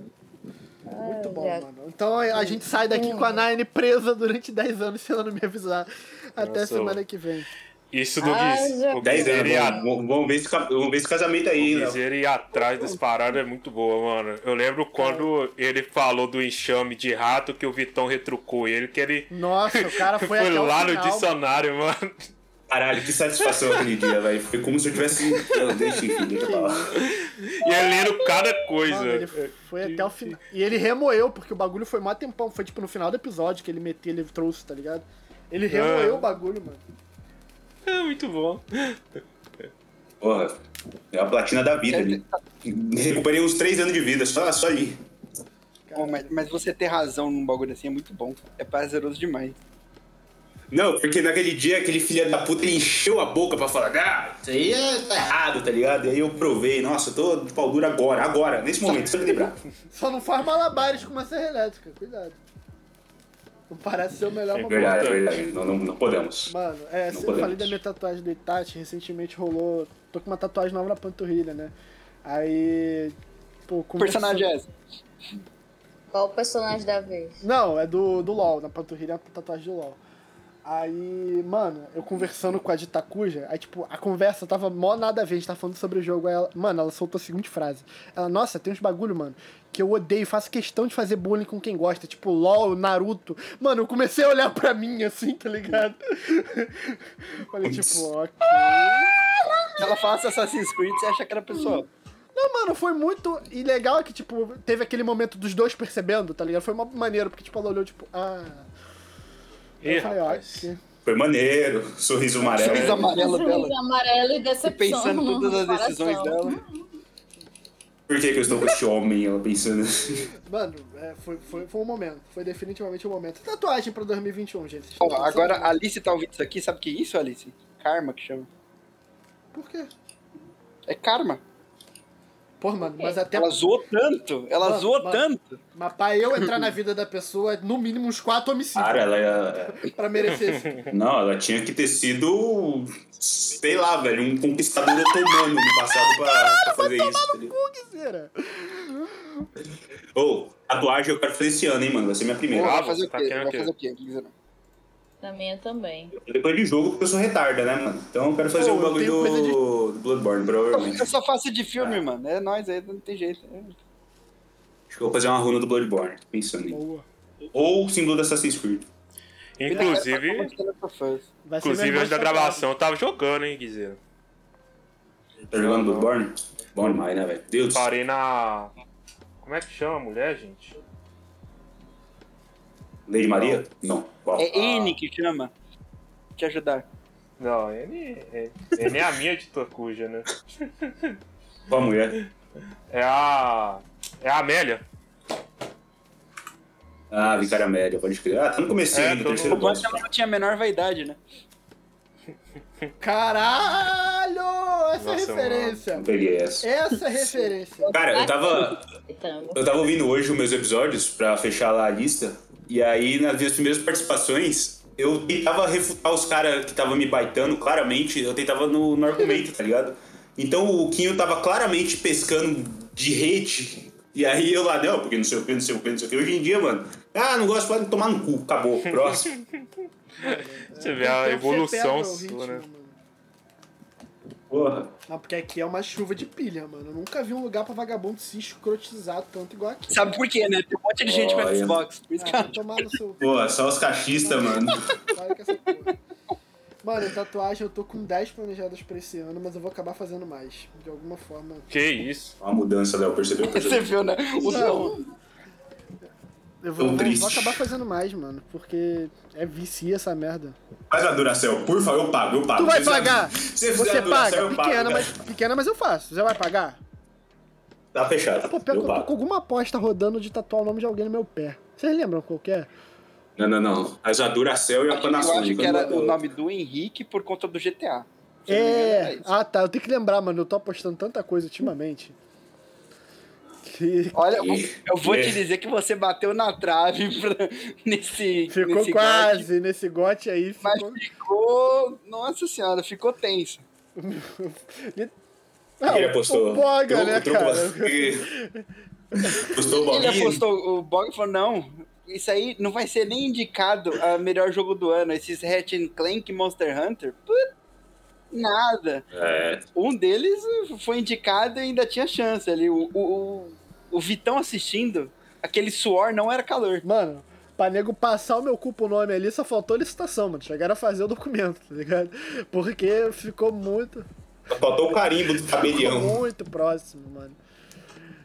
S1: Muito bom, mano. Então a a gente sai daqui com a Nine presa durante 10 anos se ela não me avisar. Até
S2: Nossa,
S1: semana que vem.
S2: Isso do
S4: Ah,
S2: Guiz.
S4: já-
S2: O
S3: Dez
S2: Guiz
S3: anos,
S2: ele ia
S3: vamos, vamos- vamos ver esse, ca- vamos ver esse casamento aí, né?
S2: Mas ele ir atrás das paradas é muito boa, mano. Eu lembro
S1: É.
S2: quando ele falou do enxame de rato que o Vitão retrucou ele, que ele
S1: Nossa, o cara foi, até o
S2: lá no
S1: final.
S2: dicionário, mano.
S3: Caralho, que satisfação aquele dia, velho. Foi como se eu tivesse. Não, deixa, enfim, deixa pra lá.
S2: E ele lendo cada coisa.
S1: Mano, ele foi até o final. E ele remoeu, porque o bagulho foi mó tempão. Foi tipo no final do episódio que ele meteu, ele trouxe, tá ligado? Ele remoeu
S2: Ah.
S1: o bagulho, mano.
S2: É muito bom.
S3: Porra, é a platina da vida ali. Recuperei uns três anos de vida, só, só ali.
S5: Pô, mas, mas você ter razão num bagulho assim é muito bom. É prazeroso demais.
S3: Não, porque naquele dia aquele filho da puta ele encheu a boca pra falar, ah, isso aí é, tá errado, tá ligado? E aí eu provei, nossa, eu tô de pau dura agora, agora, nesse momento, só me lembrar.
S1: Só não faz malabares com uma serra elétrica, cuidado. Não parece ser o melhor
S2: É
S1: momento.
S3: Verdade, verdade, não, não, não podemos.
S1: Mano, é,
S3: Não
S1: eu
S3: podemos.
S1: falei da minha tatuagem do Itachi, recentemente rolou. Tô com uma tatuagem nova na panturrilha, né? Aí. Pô,
S5: Que
S1: com
S5: personagem é esse?
S4: Qual o personagem da vez?
S1: Não, é do, do LOL, na panturrilha é a tatuagem do LOL. Aí, mano, eu conversando com a de Takuja, aí, tipo, a conversa tava mó nada a ver, a gente tava falando sobre o jogo, aí ela, mano, ela soltou a seguinte frase. Ela, nossa, tem uns bagulho, mano, que eu odeio, faço questão de fazer bullying com quem gosta, tipo, LOL, Naruto. Mano, eu comecei a olhar pra mim, assim, tá ligado? Falei, tipo, ok.
S5: Se ela falasse Assassin's Creed, você acha que era pessoal.
S1: Não, mano, foi muito. E legal que, tipo, teve aquele momento dos dois percebendo, tá ligado? Foi uma maneira, porque, tipo, ela olhou, tipo, ah.
S2: Ih,
S1: eu falei, ó,
S2: rapaz.
S1: que-
S3: Foi maneiro, sorriso amarelo.
S5: Sorriso amarelo dela.
S4: Sorriso amarelo e
S5: E
S4: decepção.
S5: pensando em todas as
S4: no coração.
S5: decisões dela.
S3: Por que, que eu estou com esse homem? Ela pensando. assim?
S1: Mano, é, foi, foi, foi um momento. Foi definitivamente um momento. Tatuagem pra 2021, gente. Vocês
S5: Ó,
S1: estão
S5: agora,
S1: pensando?
S5: a Alice tá ouvindo isso aqui, sabe o que é isso, Alice? Karma que chama.
S1: Por quê?
S5: É karma.
S1: Pô, mano, mas até.
S5: Ela zoou tanto, ela
S1: Mano,
S5: zoou
S1: mano.
S5: tanto.
S1: Mas pra eu entrar na vida da pessoa, é no mínimo uns quatro homicídios
S3: Cara, ela, ela.
S1: pra merecer isso.
S3: Não, ela tinha que ter sido. Sei lá, velho, um conquistador otomano no passado pra, pra fazer isso. tá ligado?
S1: Como que será?
S3: Ô, tatuagem eu quero fazer esse ano, hein, mano. Vai ser minha primeira.
S5: vai
S2: bravo,
S5: fazer o
S2: tá
S5: quê?
S2: querendo
S5: Vai
S2: o quê?
S5: fazer o quê? Guizana?
S4: Da minha também.
S3: Depois de jogo, porque eu sou retarda, né, mano? Então eu quero fazer
S1: Pô,
S3: o
S1: eu
S3: bagulho
S1: tenho coisa
S3: do...
S1: de-
S3: do Bloodborne, provavelmente.
S5: Eu só faço de filme, mano. É nóis aí, não tem jeito. É.
S3: Acho que eu vou fazer uma runa do Bloodborne, tô pensando aí.
S1: Boa.
S3: Ou o símbolo do Assassin's Creed.
S2: Inclusive,
S1: Vai ser
S2: inclusive
S1: assim, meu irmão
S2: antes da
S1: tatuado.
S2: gravação eu tava jogando, hein, Guizeiro.
S3: Tá jogando Bloodborne? Bom demais, né, velho? Deus.
S2: Parei na. Como é que chama a mulher, gente?
S3: Lady Maria? Não. Qual?
S5: É N que chama. Te ajudar.
S2: Não, ele é, é nem a minha de Tocuja, né?
S3: Qual mulher?
S2: É a. É a Amélia.
S3: Ah, Vicária Média, pode escrever. Ah, tá no comecinho
S2: É,
S3: ainda,
S2: tô no-
S3: terceiro
S5: O bom é
S3: boss.
S5: que ela não tinha a menor vaidade, né?
S1: Caralho! Essa é
S2: Nossa,
S1: referência.
S3: Não peguei essa.
S1: Essa é referência.
S3: Cara, eu tava,
S4: Então,
S3: eu tava ouvindo hoje os meus episódios pra fechar lá a lista. E aí, nas minhas primeiras participações, eu tentava refutar os caras que estavam me baitando, claramente. Eu tentava no, no argumento, tá ligado? Então o Quinho tava claramente pescando de rede. E aí eu lá, não, porque não sei o que, não sei o que, não sei o que. Hoje em dia, mano, ah, não gosto, pode tomar no cu, acabou, próximo.
S2: Você vê a
S1: Tem que ter um CPA
S2: evolução
S1: pro
S2: sua, né?
S1: ritmo, mano.
S3: Porra.
S1: Não, porque aqui é uma chuva de pilha, mano. Eu nunca vi um lugar pra vagabundo se escrotizar tanto igual aqui.
S5: Sabe por quê, né? Tem um monte de gente pra
S3: Olha.
S5: Xbox. Por isso que
S1: Ah,
S5: ela
S1: vai tomar no seu.
S3: Porra, só os cachistas, mano.
S1: Para com essa porra. Mano, tatuagem eu tô com 10 planejadas pra esse ano, mas eu vou acabar fazendo mais. De alguma forma.
S2: Que isso?
S3: Uma mudança, Léo, percebeu?
S5: Você viu, né? O
S1: Não. Eu vou, vou-
S3: Tão triste.
S1: vou acabar fazendo mais, mano. Porque é vicia essa merda.
S3: Faz a Duracel, por favor, eu pago, eu pago.
S1: Tu vai
S3: Você-
S1: pagar!
S3: Se
S1: Você
S3: fizer Duracell,
S1: paga?
S3: eu pago,
S1: Pequena,
S3: cara.
S1: mas, pequena, mas eu faço. Você vai pagar?
S3: Tá fechado.
S1: Pô, pior que
S3: eu
S1: eu tô com
S3: pago.
S1: alguma aposta rodando de tatuar o nome de alguém no meu pé. Vocês lembram qual que é?
S3: Não, não, não. Faz a Duracel e a
S5: Eu acho
S3: Panasonic.
S5: que era
S3: eu não-
S5: o nome do Henrique por conta do GTA. Se eu não me engano, era
S1: É.
S5: isso.
S1: Ah, tá. Eu tenho que lembrar, mano. Eu tô apostando tanta coisa ultimamente. Que
S5: Olha, eu, eu vou
S3: É.
S5: te dizer que você bateu na trave pra- nesse.
S1: ficou
S5: nesse
S1: quase
S5: gote,
S1: nesse gote aí.
S5: mas
S1: Ficou...
S5: ficou. Nossa senhora, ficou tenso.
S1: Não,
S3: Ele apostou.
S1: o Boga,
S3: truco,
S1: né,
S3: truco,
S1: cara?
S3: Apostou o
S5: Ele
S3: Boguinho.
S5: apostou, o Bog falou: não, isso aí não vai ser nem indicado a melhor jogo do ano. Esses Hatch Clank Monster Hunter. Put, nada.
S3: É,
S5: Um deles uh, foi indicado e ainda tinha chance ali. O, o, o- o Vitão assistindo, aquele suor não era calor.
S1: Mano, pra nego passar o meu culpa o nome ali, só faltou licitação, mano. Chegaram a fazer o documento, tá ligado? Porque ficou muito,
S3: só faltou o carimbo do
S1: ficou
S3: tabelião.
S1: muito próximo, mano.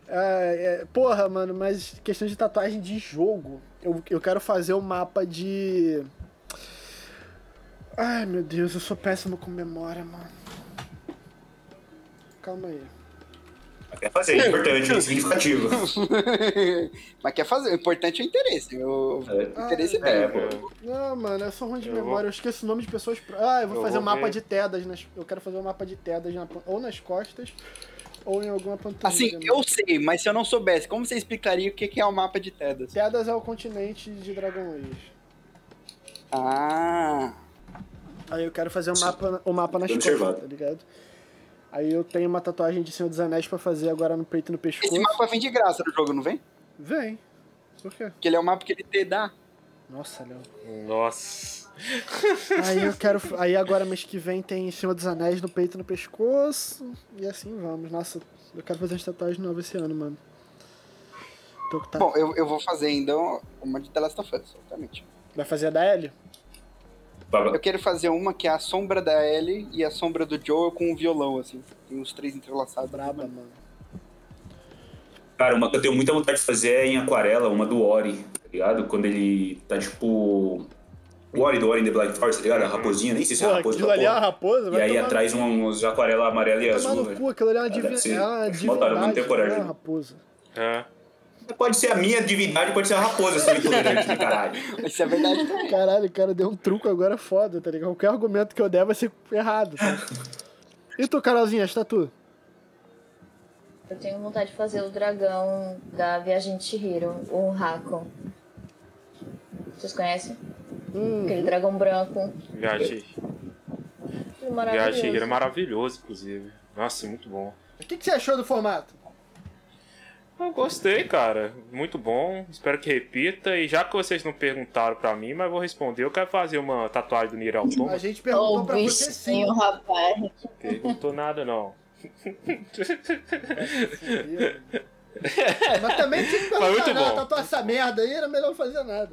S1: É, é, porra, mano, mas questão de tatuagem de jogo. Eu, eu quero fazer o mapa de. Ai meu Deus, eu sou péssimo com memória, mano. Calma aí.
S3: É fazer, é importante, é significativo.
S5: Mas quer fazer, o importante é o interesse. O, o interesse é bem.
S3: É, pô.
S1: Não, mano, eu sou ruim de
S2: Eu
S1: memória, eu esqueço o nome de pessoas. pro- Ah, eu vou
S2: Eu
S1: fazer
S2: vou
S1: um mapa
S2: ver.
S1: de tedas. Nas... Eu quero fazer um mapa de tedas na... pan- ou nas costas ou em alguma panturrilha.
S5: Assim,
S1: mano.
S5: eu sei, mas se eu não soubesse, como você explicaria o que que é o mapa de Tedas?
S1: Tedas é o continente de Dragon Age.
S5: Ah,
S1: Aí eu quero fazer um mapa, um mapa nas
S3: Bem
S1: costas,
S3: observado.
S1: tá ligado? Aí eu tenho uma tatuagem de Senhor dos Anéis pra fazer agora no peito e no pescoço.
S5: esse mapa vem de graça no jogo, não vem?
S1: Vem. Por quê?
S5: Porque ele é um mapa que ele te dá.
S1: Nossa, Léo.
S2: Nossa.
S1: Aí eu quero. Aí agora mês que vem tem Senhor dos Anéis no peito e no pescoço. E assim vamos. Nossa, eu quero fazer umas tatuagens novas esse ano, mano. Tô com ta-
S5: Bom, eu, eu vou fazer então uma de The Last of Us, certamente.
S1: Vai fazer a da L?
S5: Eu quero fazer uma que é a sombra da Ellie e a sombra do Joel com um violão, assim. Tem os três entrelaçados. né?
S1: Braba, mano.
S3: Cara, uma que eu tenho muita vontade de fazer é em aquarela, uma do Ori, tá ligado? Quando ele tá tipo. O Ori do Ori in the Black Forest, tá ligado? A raposinha, nem sei se é
S1: Porra,
S3: uma raposa.
S1: aquilo
S3: da
S1: ali é uma
S3: porra.
S1: raposa,
S3: E
S1: vai
S3: aí
S1: tomar,
S3: atrás uns aquarela amarela e
S1: vai tomar
S3: azul, né?
S1: no
S3: velho.
S1: cu, aquilo ali é uma, divi...
S3: deve ser-
S1: é uma
S3: deve ser maldoso, mas não
S1: divindade,
S3: tenho
S1: não é
S3: coragem.
S1: uma raposa.
S2: É.
S3: Pode ser a minha divindade, pode ser a raposa, se eu me tolerante, né, caralho.
S5: Isso é verdade também.
S1: Caralho, cara, deu um truco agora foda, tá ligado? Qualquer argumento que eu der vai ser errado. tá? E tu, Carolzinha, as tatu?
S4: Eu tenho vontade de fazer o dragão da Viagem de Chihiro, o Hakon. Vocês conhecem?
S1: Hum,
S4: Aquele dragão branco.
S2: Viagem,
S4: Tudo
S2: viagem
S4: maravilhoso.
S2: Chihiro é maravilhoso, inclusive. Nossa, muito bom.
S1: o que, que você achou do formato?
S2: Eu gostei, cara. Muito bom. Espero que repita. E já que vocês não perguntaram pra mim, mas vou responder, eu quero fazer uma tatuagem do Nier
S1: A
S2: Automata.
S1: gente
S4: Ô,
S1: perguntou Então, pra você sim.
S4: bichinho, rapaz.
S2: Perguntou nada, não.
S1: Mas também tinha que
S2: Mas muito
S1: perguntar nada,
S2: bom.
S1: tatuar essa merda aí, era melhor não fazer nada.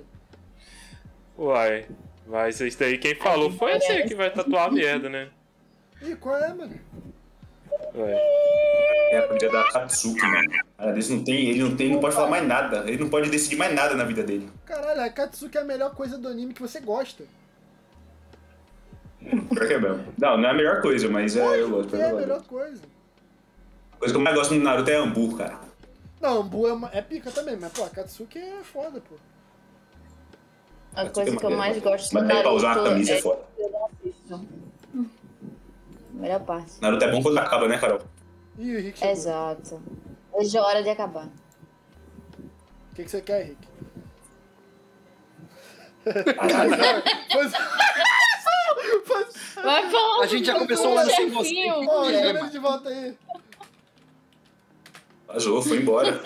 S2: Uai. Mas isso daí quem falou foi você que vai tatuar a merda, né?
S1: Ih, qual é, mano?
S2: Ué.
S3: É a vida da Katsuki, mano. Cara, ele não tem, ele não tem, não pode falar mais nada. Ele não pode decidir mais nada na vida dele.
S1: Caralho, a Katsuki é a melhor coisa do anime que você gosta.
S3: Pior que é mesmo. Não, não é a melhor coisa, mas é, eu gosto.
S1: Que
S3: pior
S1: é a
S3: que eu gosto.
S1: melhor coisa.
S3: A coisa que eu mais gosto do Naruto é Hamburgo, cara.
S1: Não, Ambu é, uma- é pica também, mas, pô, a Katsuki é foda, pô.
S4: A coisa que eu mais gosto do
S3: Mas daí pra usar a
S4: Naruto
S3: camisa é
S4: é
S3: foda.
S4: Hum. Melhor parte.
S3: Naruto é bom quando acaba, né, Carol?
S1: Ih, o Rick chegou.
S4: Exato. Hoje é hora de acabar.
S1: O que, que você quer, Rick?
S3: Caralho.
S1: Pois... é. Pois...
S4: Vai bom!
S5: A gente já começou o ano sem você.
S4: Chefinho.
S1: Ó, chama ele de volta aí.
S3: Vazou, foi embora.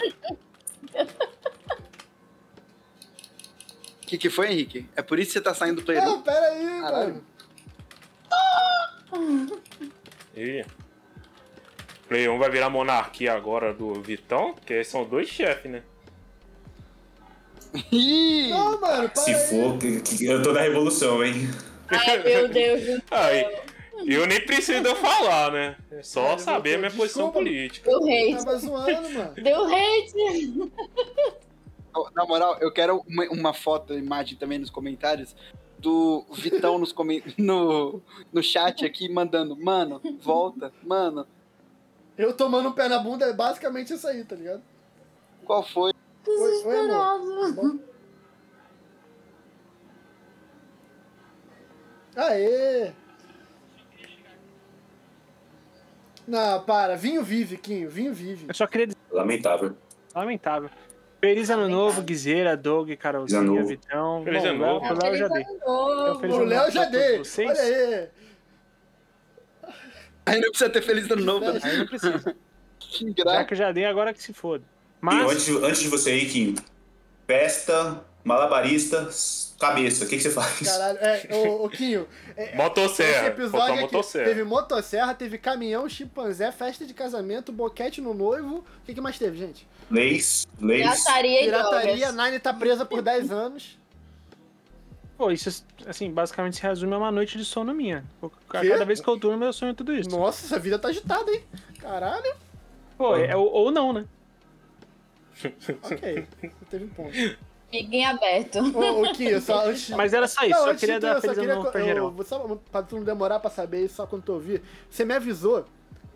S5: O que, que foi, Henrique? É por isso que você tá saindo do Playroom?
S1: Não, pera aí,
S5: Caralho.
S1: mano.
S2: E Play 1 vai virar monarquia agora do Vitão, porque são dois chefes, né?
S5: Ih!
S1: Não, mano, para
S3: Se
S1: aí.
S3: for, que- que- eu tô na revolução, hein?
S4: Ai, meu Deus do
S2: Aí, Ah, eu nem preciso falar, né? É só
S1: Cara,
S2: saber a minha
S1: Vitão,
S2: posição
S1: desculpa.
S2: política.
S4: Deu hate.
S1: Tava zoando, mano.
S4: Deu hate.
S5: Na moral, eu quero uma, uma foto, imagem também nos comentários do Vitão nos comen- no, no chat aqui mandando, mano, volta, mano,
S1: Eu tomando um pé na bunda é basicamente isso aí, tá ligado?
S5: qual foi?
S1: Oi, oi, amor.
S4: Desesperado.
S1: Aê! Não, para. Vinho vive, Quinho. Vinho vive.
S7: Eu só queria dizer
S3: Lamentável.
S7: uma Lamentável. Feliz ano novo, Guizeira, Doug,
S3: Ano
S7: Carolzinha,
S3: novo.
S7: Vitão.
S2: Feliz
S7: Bom,
S2: ano
S7: o Léo-
S2: novo.
S7: O Léo eu já dei.
S4: Novo.
S7: Feliz
S1: O
S7: ano
S1: Léo
S7: novo
S1: já
S7: pra todos
S1: dei.
S7: vocês.
S1: Olha aí.
S5: Ainda precisa ter feliz ano novo. né?
S7: Aí não precisa.
S5: Que
S7: Já
S5: engraçado.
S7: que eu já dei, agora que se foda.
S3: E
S7: Mas,
S3: antes, antes de você ir, Kim, festa, malabarista, cabeça. O que, que você faz?
S1: Caralho, é, ô, ô Quinho, É, esse
S2: Motosserra.
S1: episódio
S2: Botar
S1: aqui
S2: motosserra.
S1: teve motosserra, teve caminhão, chimpanzé, festa de casamento, boquete no noivo. O que, que mais teve, gente?
S3: Leis, leis.
S4: Pirataria e
S1: Pirataria,
S4: drogas.
S1: Nine tá presa por 10 anos.
S7: pô, isso, assim, basicamente se resume a uma noite de sono minha. Pô, a
S1: Quê?
S7: Cada vez que eu durmo, eu sonho tudo isso.
S1: Nossa, essa vida tá agitada, hein? Caralho.
S7: Pô, é, ou, ou não, né?
S1: Ok, teve um ponto.
S4: Fiquem é aberto.
S1: Ô, ô Quinho, só antes...
S7: Mas era só isso.
S1: Não,
S7: eu
S1: antes de
S7: queria
S1: tudo,
S7: dar
S1: eu só
S7: feliz ano
S1: queria
S7: novo pra
S1: co-
S7: geral.
S1: eu- Só pra tu não demorar pra saber isso, só quando tu ouvir. Você me avisou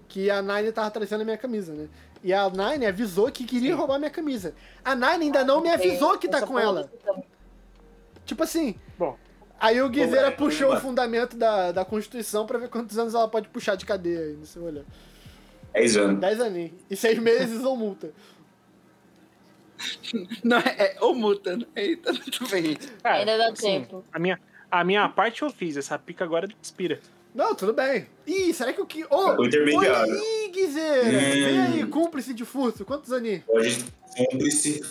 S1: que a Nine tava trazendo a minha camisa, né? E a Nine avisou que queria roubar minha camisa. A Nine ainda não me avisou que tá
S4: Essa
S1: com
S4: porra
S1: ela.
S4: do sistema.
S1: Tipo assim.
S7: Bom.
S1: Aí o Guizeira
S3: Bom, é,
S1: puxou o
S3: vamos embora.
S1: fundamento da, da Constituição pra ver quantos anos ela pode puxar de cadeia aí, não sei olhar.
S3: 10 anos.
S1: Dez aninhos. E seis meses ou multa.
S5: Não, é, é ou multa, né? Eita, tudo bem.
S7: Cara,
S4: Ainda
S3: É,
S4: dá
S7: assim,
S4: tempo.
S7: A minha, a minha parte eu fiz, essa pica agora expira.
S1: Não, tudo bem. Ih, será que o que. Ô,
S3: O
S1: olha
S3: intermediário.
S1: aí, Guizeira! Vem
S3: Hum.
S1: aí, cúmplice de furto. Quantos aninhos?
S3: Hoje cúmplice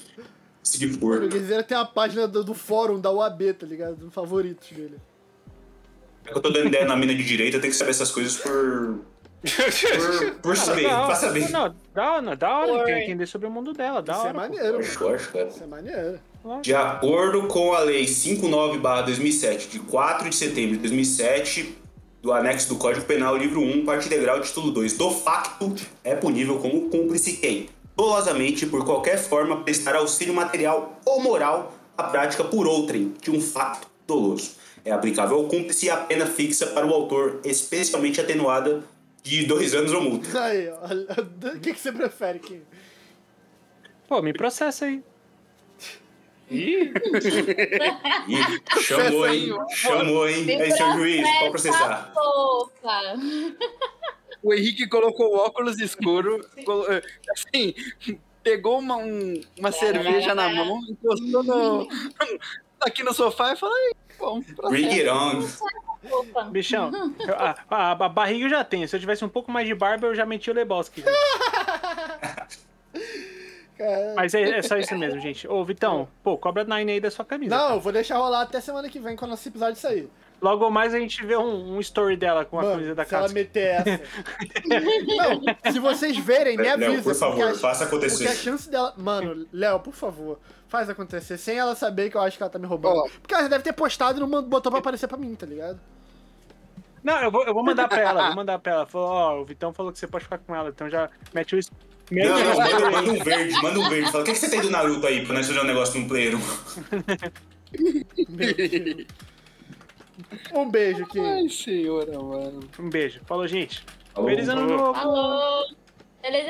S3: de
S1: O
S3: porco.
S1: Guizeira tem a página do, do fórum da UAB, tá ligado? Do favoritos dele.
S3: É Eu tô dando ideia na mina de direita, eu tenho que saber essas coisas por. por, por saber,
S7: legal.
S3: pra saber.
S7: Não, da hora, da hora.
S4: Oi.
S7: Tem que entender sobre o mundo dela, da
S1: Isso é
S7: hora. pô.
S1: maneiro, mano.
S3: Lógico, lógico, cara.
S1: Isso é maneiro.
S3: De acordo com a Lei 59-2007, de 4 de setembro de 2007, do anexo do Código Penal, livro 1, parte integral, título 2, do facto, é punível como cúmplice quem, dolosamente, por qualquer forma, prestar auxílio material ou moral à prática por outrem de um fato doloso. É aplicável ao cúmplice a pena fixa para o autor, especialmente atenuada de dois anos ou multa.
S1: Aí, ó. O que, que você prefere, Kim?
S7: Pô, me processa aí.
S3: Ih, chamou, hein? Chamou, hein?
S4: Me
S3: Aí, seu juiz, pode processar.
S4: tá? Fofa.
S5: O Henrique colocou o óculos escuro, colo- eh, assim, pegou uma, um- uma cerveja na mão, encostou no, aqui no sofá e falou, "Ei, bom, pra
S3: Bring it on.
S4: Fofa.
S7: Bichão, eu- a, a- a barriga eu já tenho. Se eu tivesse um pouco mais de barba, eu já meti o Lebowski.
S1: Cara,
S7: Mas é, é só isso mesmo, gente. Ô, Vitão, pô, cobra Nine aí da sua camisa.
S1: Não, eu vou deixar rolar até semana que vem quando esse episódio sair.
S7: Logo mais a gente vê um, um story dela com a camisa
S1: Mano,
S7: da
S1: se ela
S7: casa.
S1: meter essa. Não, se vocês verem, me avisa.
S3: Léo, por favor,
S1: porque a-
S3: faça
S1: Porque a
S3: acontecer.
S1: chance dela. Mano, Léo, por favor, faz acontecer. Sem ela saber que eu acho que ela tá me roubando.
S5: Ó.
S1: Porque ela deve ter postado e não mandou- botou pra aparecer pra mim, tá ligado?
S7: Não, eu vou, eu vou mandar pra ela, vou mandar pra ela. Falou, ó, o Vitão falou que você pode ficar com ela, então já mete o. es- Mete
S3: Não,
S7: o
S3: não,
S7: story
S3: manda,
S7: aí.
S3: manda um verde, manda um verde. Fala, o que, que você tem do Naruto aí pra nós fazer um negócio no player?
S1: Um beijo, Kim.
S5: Ai, senhora, mano.
S7: Um beijo. Falou, gente.
S3: Falou.
S7: Feliz ano novo.
S4: Alô. Beleza,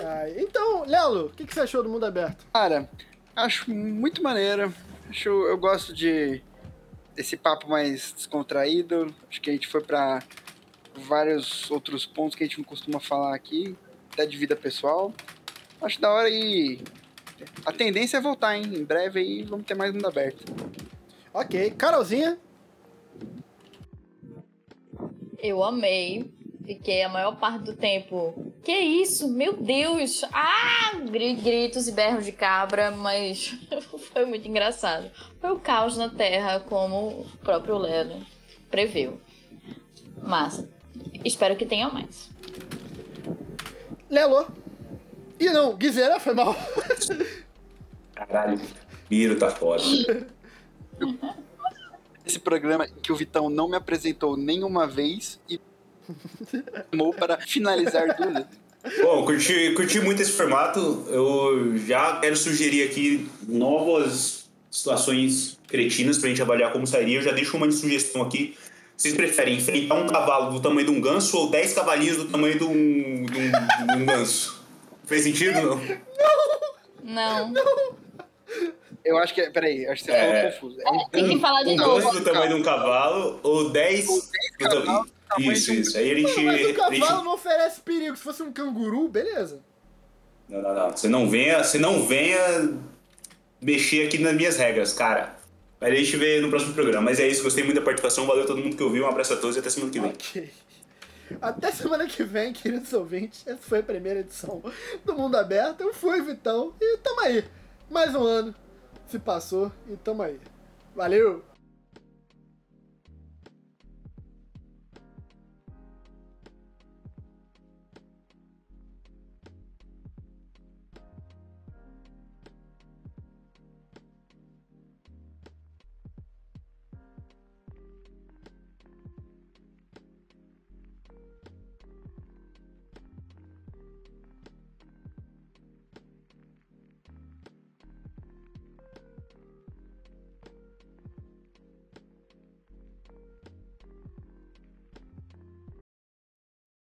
S1: Ah, então, Lelo, o que, que você achou do mundo aberto?
S5: Cara, acho muito maneiro. Acho, eu gosto de desse papo mais descontraído. Acho que a gente foi pra vários outros pontos que a gente não costuma falar aqui, até de vida pessoal. Acho da hora e a tendência é voltar, hein? Em breve aí vamos ter mais mundo aberto.
S1: Ok, Carolzinha.
S4: Eu amei. Fiquei a maior parte do tempo. Que isso? Meu Deus! Ah! Gri- Gritos e berros de cabra, mas foi muito engraçado. Foi o caos na Terra, como o próprio Leno previu. Mas espero que tenha mais.
S1: Lelo. Ih, não, Guizeira, foi mal.
S3: Caralho, Miro tá foda.
S5: Esse programa que o Vitão não me apresentou nenhuma vez e chamou para finalizar tudo.
S3: Bom, curti, curti muito esse formato. Eu já quero sugerir aqui novas situações cretinas pra gente avaliar como sairia. Eu já deixo uma de sugestão aqui. Vocês preferem enfrentar um cavalo do tamanho de um ganso ou 10 cavalinhos do tamanho de um, de um- de um ganso? Fez sentido ou não?
S4: Não.
S5: Eu acho que é. Peraí, acho que você
S3: É.
S5: ficou confuso. É um
S4: Tem que falar de
S3: um
S4: novo.
S3: ganso do tamanho de um cavalo ou 10 do
S5: cavalos do tamanho
S3: Isso,
S5: de um-
S3: isso. Aí a gente.
S1: Mas o
S3: a gente-
S1: cavalo não oferece perigo. Se fosse um canguru, beleza.
S3: Não, não, não. Você não venha, você não venha mexer aqui nas minhas regras, cara. Mas a gente vê no próximo programa. Mas é isso, gostei muito da participação. Valeu todo mundo que ouviu. Um abraço a todos e até semana que vem.
S1: Ok. Até semana que vem, queridos ouvintes. Essa foi a primeira edição do Mundo Aberto. Eu fui, Vitão, e tamo aí. Mais um ano se passou e tamo aí. Valeu!